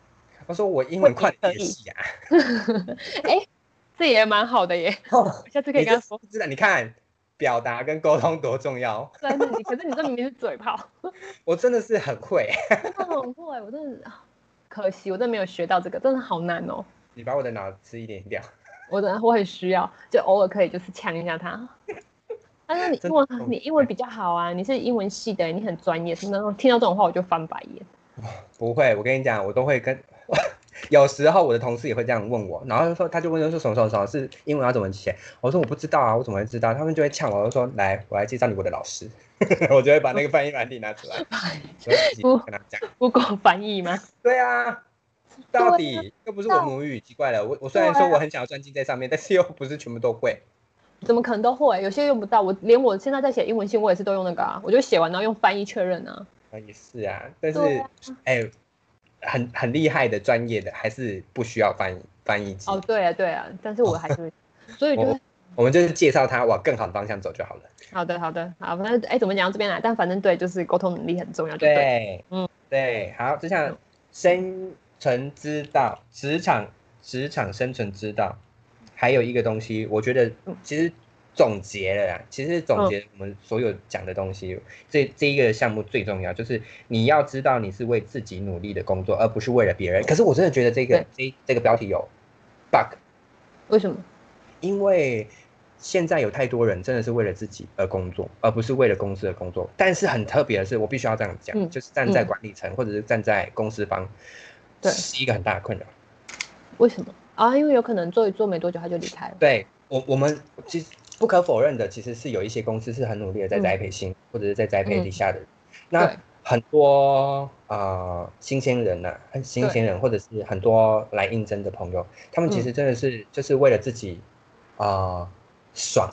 Speaker 2: [LAUGHS]
Speaker 1: 我说我英文快
Speaker 2: 我
Speaker 1: 点
Speaker 2: 也可以
Speaker 1: 写啊，
Speaker 2: 这也蛮好的耶，
Speaker 1: 哦
Speaker 2: 我下次可以啊
Speaker 1: 你
Speaker 2: 跟他
Speaker 1: 这
Speaker 2: 说
Speaker 1: 不。知道，你看表达跟沟通多重要，
Speaker 2: 真的，你可是你这明明是嘴炮，
Speaker 1: 我真的是很会。
Speaker 2: [LAUGHS] 真的很会，我真的啊可惜我真的没有学到这个，真的好难哦，
Speaker 1: 你把我的脑子一点掉，
Speaker 2: 我真的我很需要，就偶尔可以就是呛一下他。 [LAUGHS] 他说你英文
Speaker 1: 真的
Speaker 2: 你英文比较好啊，你是英文系的，你很专业什么那种，听到这种话我就翻白眼。 [LAUGHS]
Speaker 1: 不会，我跟你讲，我都会跟。 [LAUGHS] 有时候我的同事也会这样问我，然后就说他就问说什么什么什么是英文要怎么写，我说我不知道啊，我怎么会知道？他们就会呛我，我就说来，我来介绍你我的老师， [LAUGHS] 我就会把那个翻译软体拿出来，所以自己
Speaker 2: 不
Speaker 1: 跟他讲。
Speaker 2: 不给我翻译吗？
Speaker 1: 对啊，到
Speaker 2: 啊
Speaker 1: 底又不是我母语，奇怪了。我我虽然说我很想要专精在上面， [LAUGHS] 但是又不是全部都会。
Speaker 2: 怎么可能都会？有些用不到，我连我现在在写英文信，我也是都用那个啊，我就写完然后用翻译确认啊。
Speaker 1: 啊，也是啊，但是
Speaker 2: 对啊
Speaker 1: 哎、很很厉害的专业的还是不需要翻译翻译机。
Speaker 2: 哦，对啊，对啊，但是我还是
Speaker 1: 哦
Speaker 2: 会， [LAUGHS] 所以就
Speaker 1: 我
Speaker 2: 会
Speaker 1: 我们就是介绍他往更好的方向走就好了。
Speaker 2: 好的，好的，好，反正哎，怎么讲到这边来？但反正对，就是沟通能力很重要，就对。
Speaker 1: 对，
Speaker 2: 嗯，
Speaker 1: 对，好，就像生存之道，职场职场生存之道，还有一个东西，我觉得
Speaker 2: 嗯
Speaker 1: 其实总结了啦，其实总结我们所有讲的东西，这这一个项目最重要，就是你要知道你是为自己努力的工作，而不是为了别人。可是我真的觉得这个这这个标题有 bug，
Speaker 2: 为什么？
Speaker 1: 因为现在有太多人真的是为了自己而工作，而不是为了公司而工作。但是很特别的是，我必须要这样讲，
Speaker 2: 嗯
Speaker 1: 就是站在
Speaker 2: 嗯
Speaker 1: 管理层、或者是站在公司方，
Speaker 2: 对
Speaker 1: 是一个很大的困扰。
Speaker 2: 为什么啊？因为有可能做一做没多久他就离开了。
Speaker 1: 对我，我们其实不可否认的，其实是有一些公司是很努力的在
Speaker 2: 嗯
Speaker 1: 栽培新，或者是在栽培底下的人。那
Speaker 2: 对
Speaker 1: 很多呃新鲜人呐、很新鲜人或者是很多来应征的朋友，他们其
Speaker 2: 嗯
Speaker 1: 实真的是、就是为了自己啊、呃
Speaker 2: [LAUGHS]
Speaker 1: 爽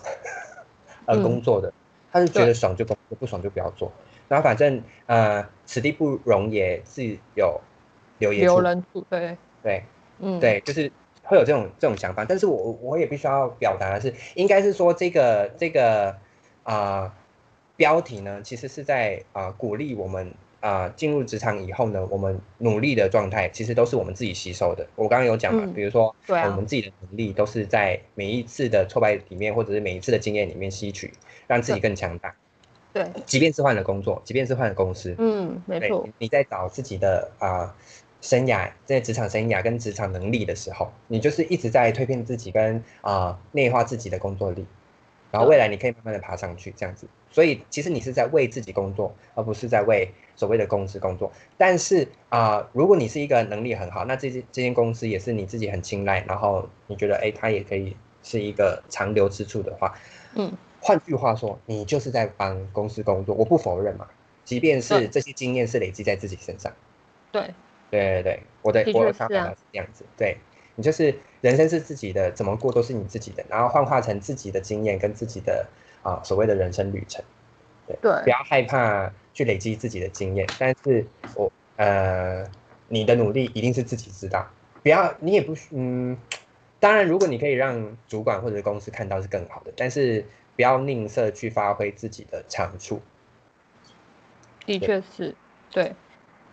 Speaker 1: 而工作的，他是觉得
Speaker 2: 嗯对
Speaker 1: 爽就工作，不爽就不要做。然后反正呃此地不容也，自有留爷
Speaker 2: 留
Speaker 1: 处。
Speaker 2: 人处对，
Speaker 1: 对，
Speaker 2: 嗯，，
Speaker 1: 对，就是会有这种这种想法。但是我我我也必须要表达的是，应该是说这个这个啊、呃标题呢，其实是在啊、呃鼓励我们。啊、进入职场以后呢，我们努力的状态其实都是我们自己吸收的。我刚刚有讲嘛，
Speaker 2: 嗯
Speaker 1: 比如说、
Speaker 2: 对啊
Speaker 1: 我们自己的能力都是在每一次的挫败里面，或者是每一次的经验里面吸取，让自己更强大。
Speaker 2: 对，
Speaker 1: 即便是换了工作，即便是换了公司，
Speaker 2: 嗯，没
Speaker 1: 对
Speaker 2: 错，，
Speaker 1: 你在找自己的啊、生涯，在职场生涯跟职场能力的时候，你就是一直在蜕变自己跟啊、内化自己的工作力，然后未来你可以慢慢的爬上去这样子。所以其实你是在为自己工作，而不是在为所谓的公司工作。但是啊、如果你是一个能力很好，那这间这间公司也是你自己很青睐，然后你觉得哎，它也可以是一个长留之处的话，
Speaker 2: 嗯，
Speaker 1: 换句话说，你就是在帮公司工作，我不否认嘛。即便是
Speaker 2: 对
Speaker 1: 这些经验是累积在自己身上，
Speaker 2: 对，
Speaker 1: 对对对，我的
Speaker 2: 的确
Speaker 1: 我的
Speaker 2: 是
Speaker 1: 想
Speaker 2: 啊
Speaker 1: 法是这样子，对你就是人生是自己的，怎么过都是你自己的，然后幻化成自己的经验跟自己的啊、所谓的人生旅程，不
Speaker 2: 对，
Speaker 1: 要害怕去累积自己的经验，但是我呃你的努力一定是自己知道，不要你也不需嗯，当然如果你可以让主管或者公司看到是更好的，但是不要吝啬去发挥自己的长处，
Speaker 2: 的确是，对。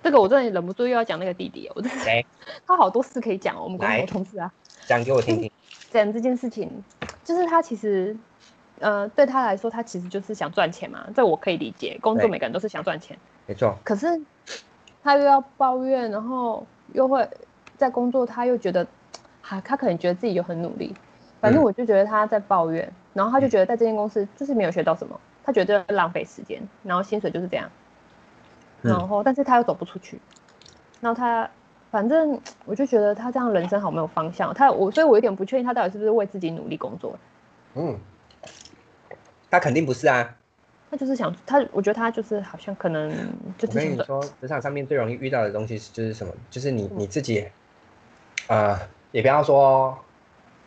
Speaker 2: 这个我真的忍不住又要讲那个弟弟，我真的
Speaker 1: 谁
Speaker 2: [LAUGHS] 他好多事可以讲哦，我们公司
Speaker 1: 来
Speaker 2: 我同事啊，
Speaker 1: 讲给我听听。
Speaker 2: 讲这件事情，就是他其实，呃，对他来说，他其实就是想赚钱嘛，这我可以理解，工作
Speaker 1: 对
Speaker 2: 每个人都是想赚钱，
Speaker 1: 没错，
Speaker 2: 可是他又要抱怨，然后又会在工作，他又觉得，哈、他可能觉得自己有很努力，反正
Speaker 1: 嗯
Speaker 2: 我就觉得他在抱怨，然后他就觉得在这间公司就是没有学到什么，他觉得浪费时间，然后薪水就是这样，
Speaker 1: 嗯
Speaker 2: 然后但是他又走不出去，然后他。反正我就觉得他这样人生好没有方向，他我所以，我有点不确定他到底是不是为自己努力工作，
Speaker 1: 嗯，他肯定不是啊。
Speaker 2: 他就是想他，我觉得他就是好像可能就
Speaker 1: 我
Speaker 2: 是
Speaker 1: 跟
Speaker 2: 想
Speaker 1: 你
Speaker 2: 赚
Speaker 1: 说，职场上面最容易遇到的东西是就是什么？就是你
Speaker 2: 嗯
Speaker 1: 你自己，呃，也不要说，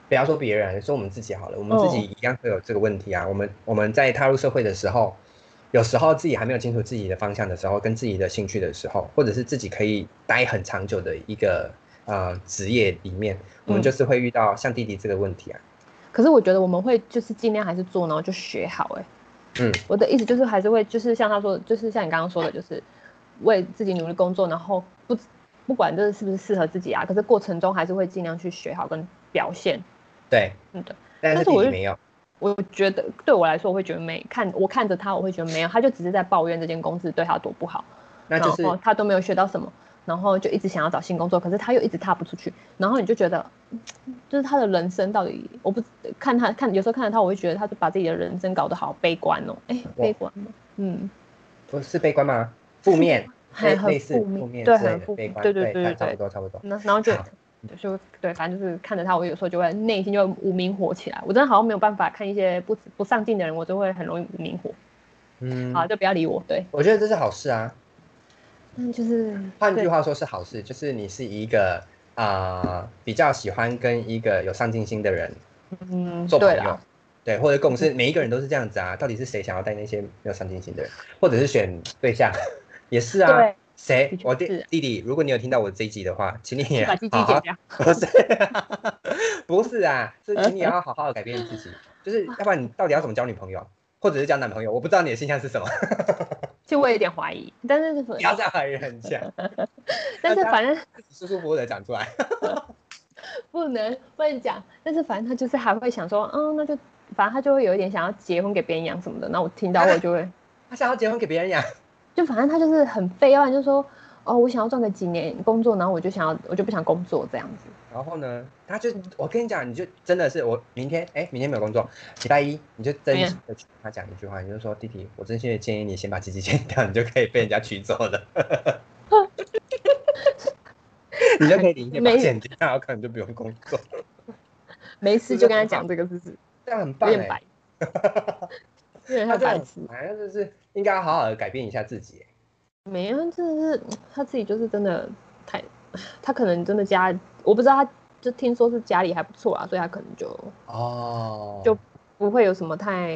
Speaker 1: 不要说别人，说我们自己好了，我们自
Speaker 2: 哦
Speaker 1: 己一样会有这个问题啊。我们我们在踏入社会的时候，有时候自己还没有清楚自己的方向的时候，跟自己的兴趣的时候，或者是自己可以待很长久的一个呃职业里面，我们
Speaker 2: 嗯
Speaker 1: 就是会遇到像弟弟这个问题啊。
Speaker 2: 可是我觉得我们会就是尽量还是做，然后就学好、欸。哎，
Speaker 1: 嗯，
Speaker 2: 我的意思就是还是会就是像他说的，就是像你刚刚说的，就是为自己努力工作，然后不不管这是不是适合自己啊，可是过程中还是会尽量去学好跟表现。
Speaker 1: 对，
Speaker 2: 嗯的，
Speaker 1: 但
Speaker 2: 但
Speaker 1: 是
Speaker 2: 是
Speaker 1: 弟
Speaker 2: 我
Speaker 1: 弟
Speaker 2: 就嗯
Speaker 1: 没有，
Speaker 2: 我觉得对我来说，我会觉得没看我看着他，我会觉得没有，他就只是在抱怨这间公司对他多不好，
Speaker 1: 那就是
Speaker 2: 然后哦他都没有学到什么。然后就一直想要找新工作，可是他又一直踏不出去，然后你就觉得，嗯就是他的人生到底，我不看他看，有时候看着他，我会觉得他就把自己的人生搞得好悲观哦，哎，悲观吗？嗯，
Speaker 1: 不是悲观吗？负面，
Speaker 2: 很
Speaker 1: 类
Speaker 2: 很
Speaker 1: 类似
Speaker 2: 负面
Speaker 1: 负面之
Speaker 2: 对
Speaker 1: 类
Speaker 2: 很
Speaker 1: 的
Speaker 2: 负
Speaker 1: 悲
Speaker 2: 面
Speaker 1: 观，
Speaker 2: 对对对对
Speaker 1: 差不
Speaker 2: 对
Speaker 1: 多差不多。
Speaker 2: 那
Speaker 1: [LAUGHS]
Speaker 2: 然后就
Speaker 1: 好
Speaker 2: 就对，反正就是看着他，我有时候就会内心就会无名火起来，我真的好像没有办法看一些不不上进的人，我就会很容易无名火，
Speaker 1: 嗯，
Speaker 2: 好，就不要理我，对，
Speaker 1: 我觉得这是好事啊。
Speaker 2: 嗯，就是
Speaker 1: 换句
Speaker 2: 对
Speaker 1: 话说是好事，就是你是一个啊、呃比较喜欢跟一个有上进心的人
Speaker 2: 嗯，
Speaker 1: 做朋
Speaker 2: 对
Speaker 1: 友，
Speaker 2: 了，
Speaker 1: 对或者共事，每一个人都是这样子啊。到底是谁想要带那些没有上进心的人，或者是选对象， [LAUGHS] 也是啊
Speaker 2: 对。
Speaker 1: 谁
Speaker 2: 的？确
Speaker 1: 我
Speaker 2: 是
Speaker 1: 弟弟弟，如果你有听到我这一集的话，请你也
Speaker 2: 把鸡啊鸡
Speaker 1: 好
Speaker 2: 剪
Speaker 1: 好
Speaker 2: 掉，
Speaker 1: [LAUGHS] 不是，不是啊，是请你要好好的改变自己，就是要不然你到底要怎么交女朋友，或者是交男朋友？我不知道你的性向是什么，
Speaker 2: 其实我有点怀疑，但是
Speaker 1: 不要这样怀疑人家，
Speaker 2: 但
Speaker 1: 大
Speaker 2: 是
Speaker 1: 家
Speaker 2: 反正。
Speaker 1: 自己舒舒服服的讲出来。
Speaker 2: 不能乱讲，但是反正他就是还会想说，嗯，那就反正他就会有一点想要结婚给别人养什么的。那我听到我就 [LAUGHS] 会，
Speaker 1: 他想要结婚给别人养，
Speaker 2: 就反正他就是很废，要不然就说，哦，我想要赚个几年工作，然后我就想要，我就不想工作这样子。
Speaker 1: 然后呢，他就我跟你讲，你就真的是我明天哎，明天没有工作，礼拜一你就真心的去跟他讲一句话，你就说弟弟，我真心的建议你先把鸡鸡剪掉，你就可以被人家娶走了。你就可以领一些保险金，然后可能就不用工作，
Speaker 2: 没事
Speaker 1: 是
Speaker 2: 就跟他
Speaker 1: 很
Speaker 2: 讲这个，是不是？
Speaker 1: 这样很
Speaker 2: 有
Speaker 1: 棒
Speaker 2: 点
Speaker 1: 哎、
Speaker 2: 白，
Speaker 1: [LAUGHS]
Speaker 2: 有点
Speaker 1: 他
Speaker 2: 像
Speaker 1: 这
Speaker 2: 白
Speaker 1: 样
Speaker 2: 痴。
Speaker 1: 啊反正就是应该好好的改变一下自己、
Speaker 2: 没有，真的是他自己就是真的太，他可能真的家，我不知道他。就听说是家里还不错啊，所以他可能就
Speaker 1: 哦
Speaker 2: 就不会有什么太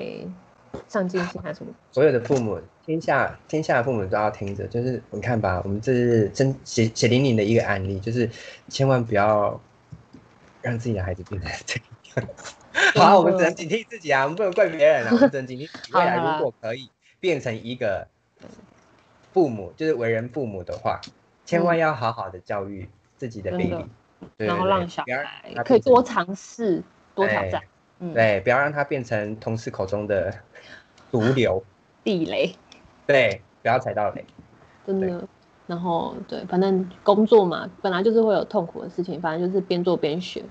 Speaker 2: 上进心还是什么。
Speaker 1: 所有的父母，天下天下的父母都要听着，就是你看吧，我们这是真血血淋淋的一个案例，就是千万不要让自己的孩子变成这
Speaker 2: [LAUGHS]
Speaker 1: 个样子。好啊，我们只能警惕自己啊，我们不能怪别人啊，我们只能警惕自己。
Speaker 2: 好
Speaker 1: 未
Speaker 2: 啦
Speaker 1: 来
Speaker 2: 好啦
Speaker 1: 如果可以变成一个父母，就是为人父母的话，千万要好好的教育自己的
Speaker 2: 嗯真的
Speaker 1: baby，对
Speaker 2: 然后
Speaker 1: 对对
Speaker 2: 让小
Speaker 1: 不要让
Speaker 2: 孩
Speaker 1: 他
Speaker 2: 可以
Speaker 1: 变成
Speaker 2: 多尝试、多挑
Speaker 1: 哎
Speaker 2: 战，嗯，，
Speaker 1: 对，不要让他变成同事口中的毒瘤，
Speaker 2: 地雷
Speaker 1: 对，不要踩到雷。
Speaker 2: 真
Speaker 1: 对
Speaker 2: 的。然后对，反正工作嘛，本来就是会有痛苦的事情，反正就是边做边学。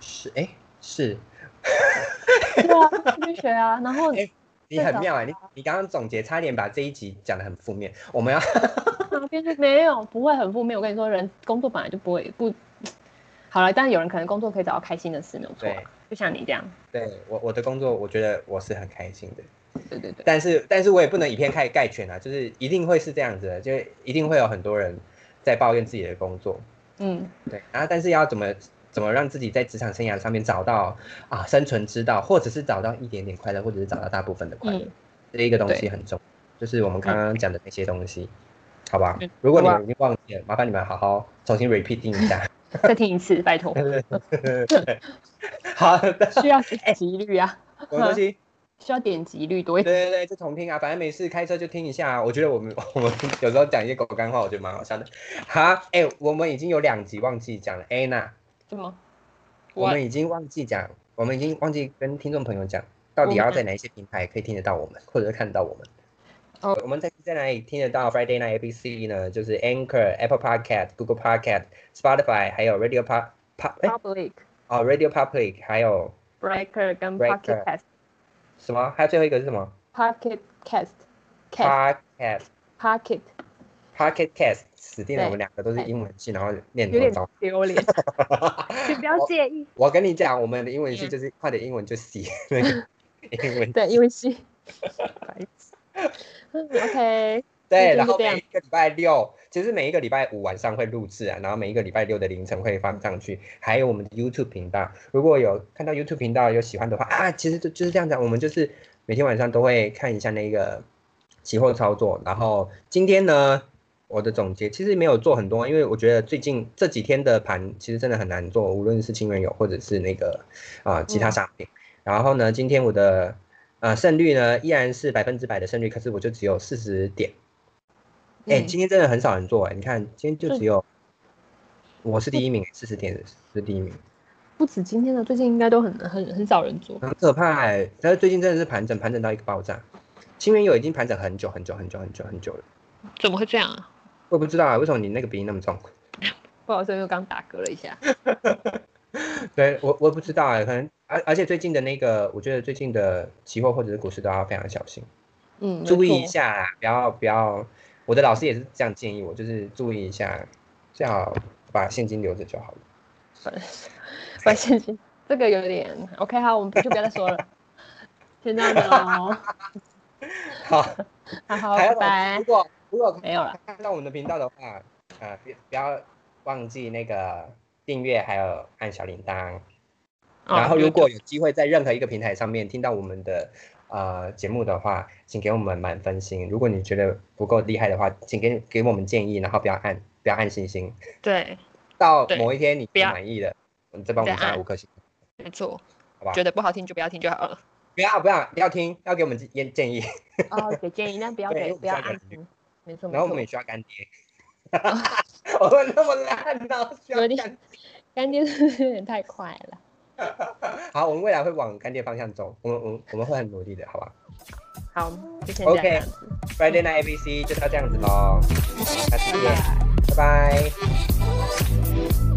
Speaker 1: 是，哎、是
Speaker 2: 对啊，边学啊。然后
Speaker 1: 哎你
Speaker 2: 最
Speaker 1: 很
Speaker 2: 早
Speaker 1: 妙哎、你你刚刚总结，差点把这一集讲得很负面。我们要
Speaker 2: 边学没有不会很负面。我跟你说，人工作本来就不会不好了，但有人可能工作可以找到开心的事，没有错啊、
Speaker 1: 对
Speaker 2: 就像你这样，
Speaker 1: 对我我的工作，我觉得我是很开心的，
Speaker 2: 对对对，
Speaker 1: 但是但是我也不能以偏概概全啊，就是一定会是这样子的，就是一定会有很多人在抱怨自己的工作， [LAUGHS]
Speaker 2: 嗯，
Speaker 1: 对，然后但是要怎么怎么让自己在职场生涯上面找到啊生存之道，或者是找到一点点快乐，或者是找到大部分的快乐，
Speaker 2: 嗯
Speaker 1: 这一个东西
Speaker 2: 对
Speaker 1: 很重要，就是我们刚刚讲的那些东西，好吧
Speaker 2: 嗯？
Speaker 1: 如果你
Speaker 2: 好吧
Speaker 1: 们已经忘记了，麻烦你们好好重新 repeat 一
Speaker 2: [LAUGHS]
Speaker 1: 下。
Speaker 2: 再听一次，拜托，
Speaker 1: 对对对对对，好的，
Speaker 2: 需要学习率啊，
Speaker 1: 我们东西
Speaker 2: 需要点击率多一
Speaker 1: 对
Speaker 2: 点。
Speaker 1: 对对，就重听啊，反正没事开车就听一下、啊。我觉得我们我们有时候讲一些狗干话，我觉得蛮好笑的。好，哎、我们已经有两集忘记讲了，Anna，
Speaker 2: 什么？
Speaker 1: 我
Speaker 2: 我
Speaker 1: 们已哎经忘记讲，我们已经忘记跟听众朋友讲，到底要
Speaker 2: 啊
Speaker 1: 在哪一些平台可以听得到我们，或者是看到我们。
Speaker 2: 哦
Speaker 1: 我们在在哪里听得到 Friday Night ABC 呢？就是 Anchor、Apple Podcast、Google Podcast、Spotify，还有 Radio Pop Pop，哎、
Speaker 2: Public、
Speaker 1: 哦 Radio Public，还有
Speaker 2: Breaker 跟
Speaker 1: Breaker
Speaker 2: Pocket Cast、
Speaker 1: 什么？还有最后一个是什么
Speaker 2: Pocket Cast、Cast、
Speaker 1: ？Podcast
Speaker 2: Pocket，
Speaker 1: Pocket Cast，死定了！
Speaker 2: 对
Speaker 1: 我们两个都是英文系，然后念
Speaker 2: 有
Speaker 1: 得
Speaker 2: 点 [LAUGHS]
Speaker 1: 糟。
Speaker 2: 丢
Speaker 1: [LAUGHS]
Speaker 2: 脸，请不要介意。
Speaker 1: 我跟你讲，我们的英文
Speaker 2: 嗯
Speaker 1: 系就是快点英文就死那
Speaker 2: [LAUGHS]
Speaker 1: 个英文
Speaker 2: 对，因为是 [LAUGHS] 白痴。
Speaker 1: [LAUGHS]
Speaker 2: 嗯 OK，
Speaker 1: 对，
Speaker 2: 就
Speaker 1: 然
Speaker 2: 是
Speaker 1: 后
Speaker 2: 这样
Speaker 1: 每一个礼拜六，其实每一个礼拜五晚上会录制啊，然后每一个礼拜六的凌晨会放上去，还有我们的 YouTube 频道，如果有看到 YouTube 频道有喜欢的话啊，其实就就是这样子啊，我们就是每天晚上都会看一下那个期货操作，然后今天呢，我的总结其实没有做很多，因为我觉得最近这几天的盘其实真的很难做，无论是清原油或者是那个啊、其
Speaker 2: 嗯
Speaker 1: 他商品，然后呢，今天我的。呃，胜率呢依然是百分之百的胜率，可是我就只有四十点，哎、
Speaker 2: 嗯
Speaker 1: 今天真的很少人做哎、你看今天就
Speaker 2: 对
Speaker 1: 只有我是第一名，欸四十点是第一名，
Speaker 2: 不止今天的，最近应该都很很很少人做。
Speaker 1: 很可怕哎、但是最近真的是盘整，盘整到一个爆炸。清源友已经盘整很久很久很久很久很久了，
Speaker 2: 怎么会这样啊？
Speaker 1: 我不知道啊，为什么你那个鼻音那么重？ [LAUGHS]
Speaker 2: 不好意思，因为我刚打嗝了一下。
Speaker 1: 对我我也不知道啊、可能而而且最近的那个，我觉得最近的期货或者是股市都要非常小心，
Speaker 2: 嗯，
Speaker 1: [LAUGHS]
Speaker 2: 没
Speaker 1: 注意一
Speaker 2: 错。
Speaker 1: 下啊，不要不要。我的老师也是这样建议我，就是注意一下，最好把现金留着就好了。
Speaker 2: 把现金，这个有点 OK。好，我们就不要再说
Speaker 1: [LAUGHS]
Speaker 2: 了，先这样子喽。
Speaker 1: 好，
Speaker 2: 好好，
Speaker 1: 还有
Speaker 2: 拜
Speaker 1: 老师如。
Speaker 2: 拜
Speaker 1: 果如果
Speaker 2: 没有了，
Speaker 1: 看到我们的频道的话，呃，不不要忘记那个订阅，还有按小铃铛。
Speaker 2: 哦
Speaker 1: 然后如果有机会在任何一个平台上面听到我们的呃节目的话，请给我们满分星。如果你觉得不够厉害的话，请给给我们建议，然后不要按不要按星星。
Speaker 2: 对，
Speaker 1: 到
Speaker 2: 对
Speaker 1: 某一天你
Speaker 2: 不要
Speaker 1: 满意了，你再帮我们
Speaker 2: 再
Speaker 1: 加
Speaker 2: 按
Speaker 1: 五颗星，
Speaker 2: 没错，
Speaker 1: 好吧？
Speaker 2: 觉得不好听就不要听就好了。
Speaker 1: 不要不要不要听，要给我们建建议。
Speaker 2: 哦，给建议，但不要
Speaker 1: 对因为我
Speaker 2: 给
Speaker 1: 们
Speaker 2: 不要
Speaker 1: 下个
Speaker 2: 按
Speaker 1: 人
Speaker 2: 停。没错，没
Speaker 1: 然后我
Speaker 2: 错
Speaker 1: 们。也需要干爹。 [LAUGHS] 我们那么烂呢、需要
Speaker 2: 有
Speaker 1: 干
Speaker 2: 点干爹是不是有点太快了？
Speaker 1: [LAUGHS] 好，我们未来会往干爹方向走，我们我们我们会很努力的，好吧
Speaker 2: 好，就先这
Speaker 1: OK
Speaker 2: 样子。
Speaker 1: ？Friday Night ABC 就到这样子喽，下次见，
Speaker 2: 拜拜
Speaker 1: 拜拜。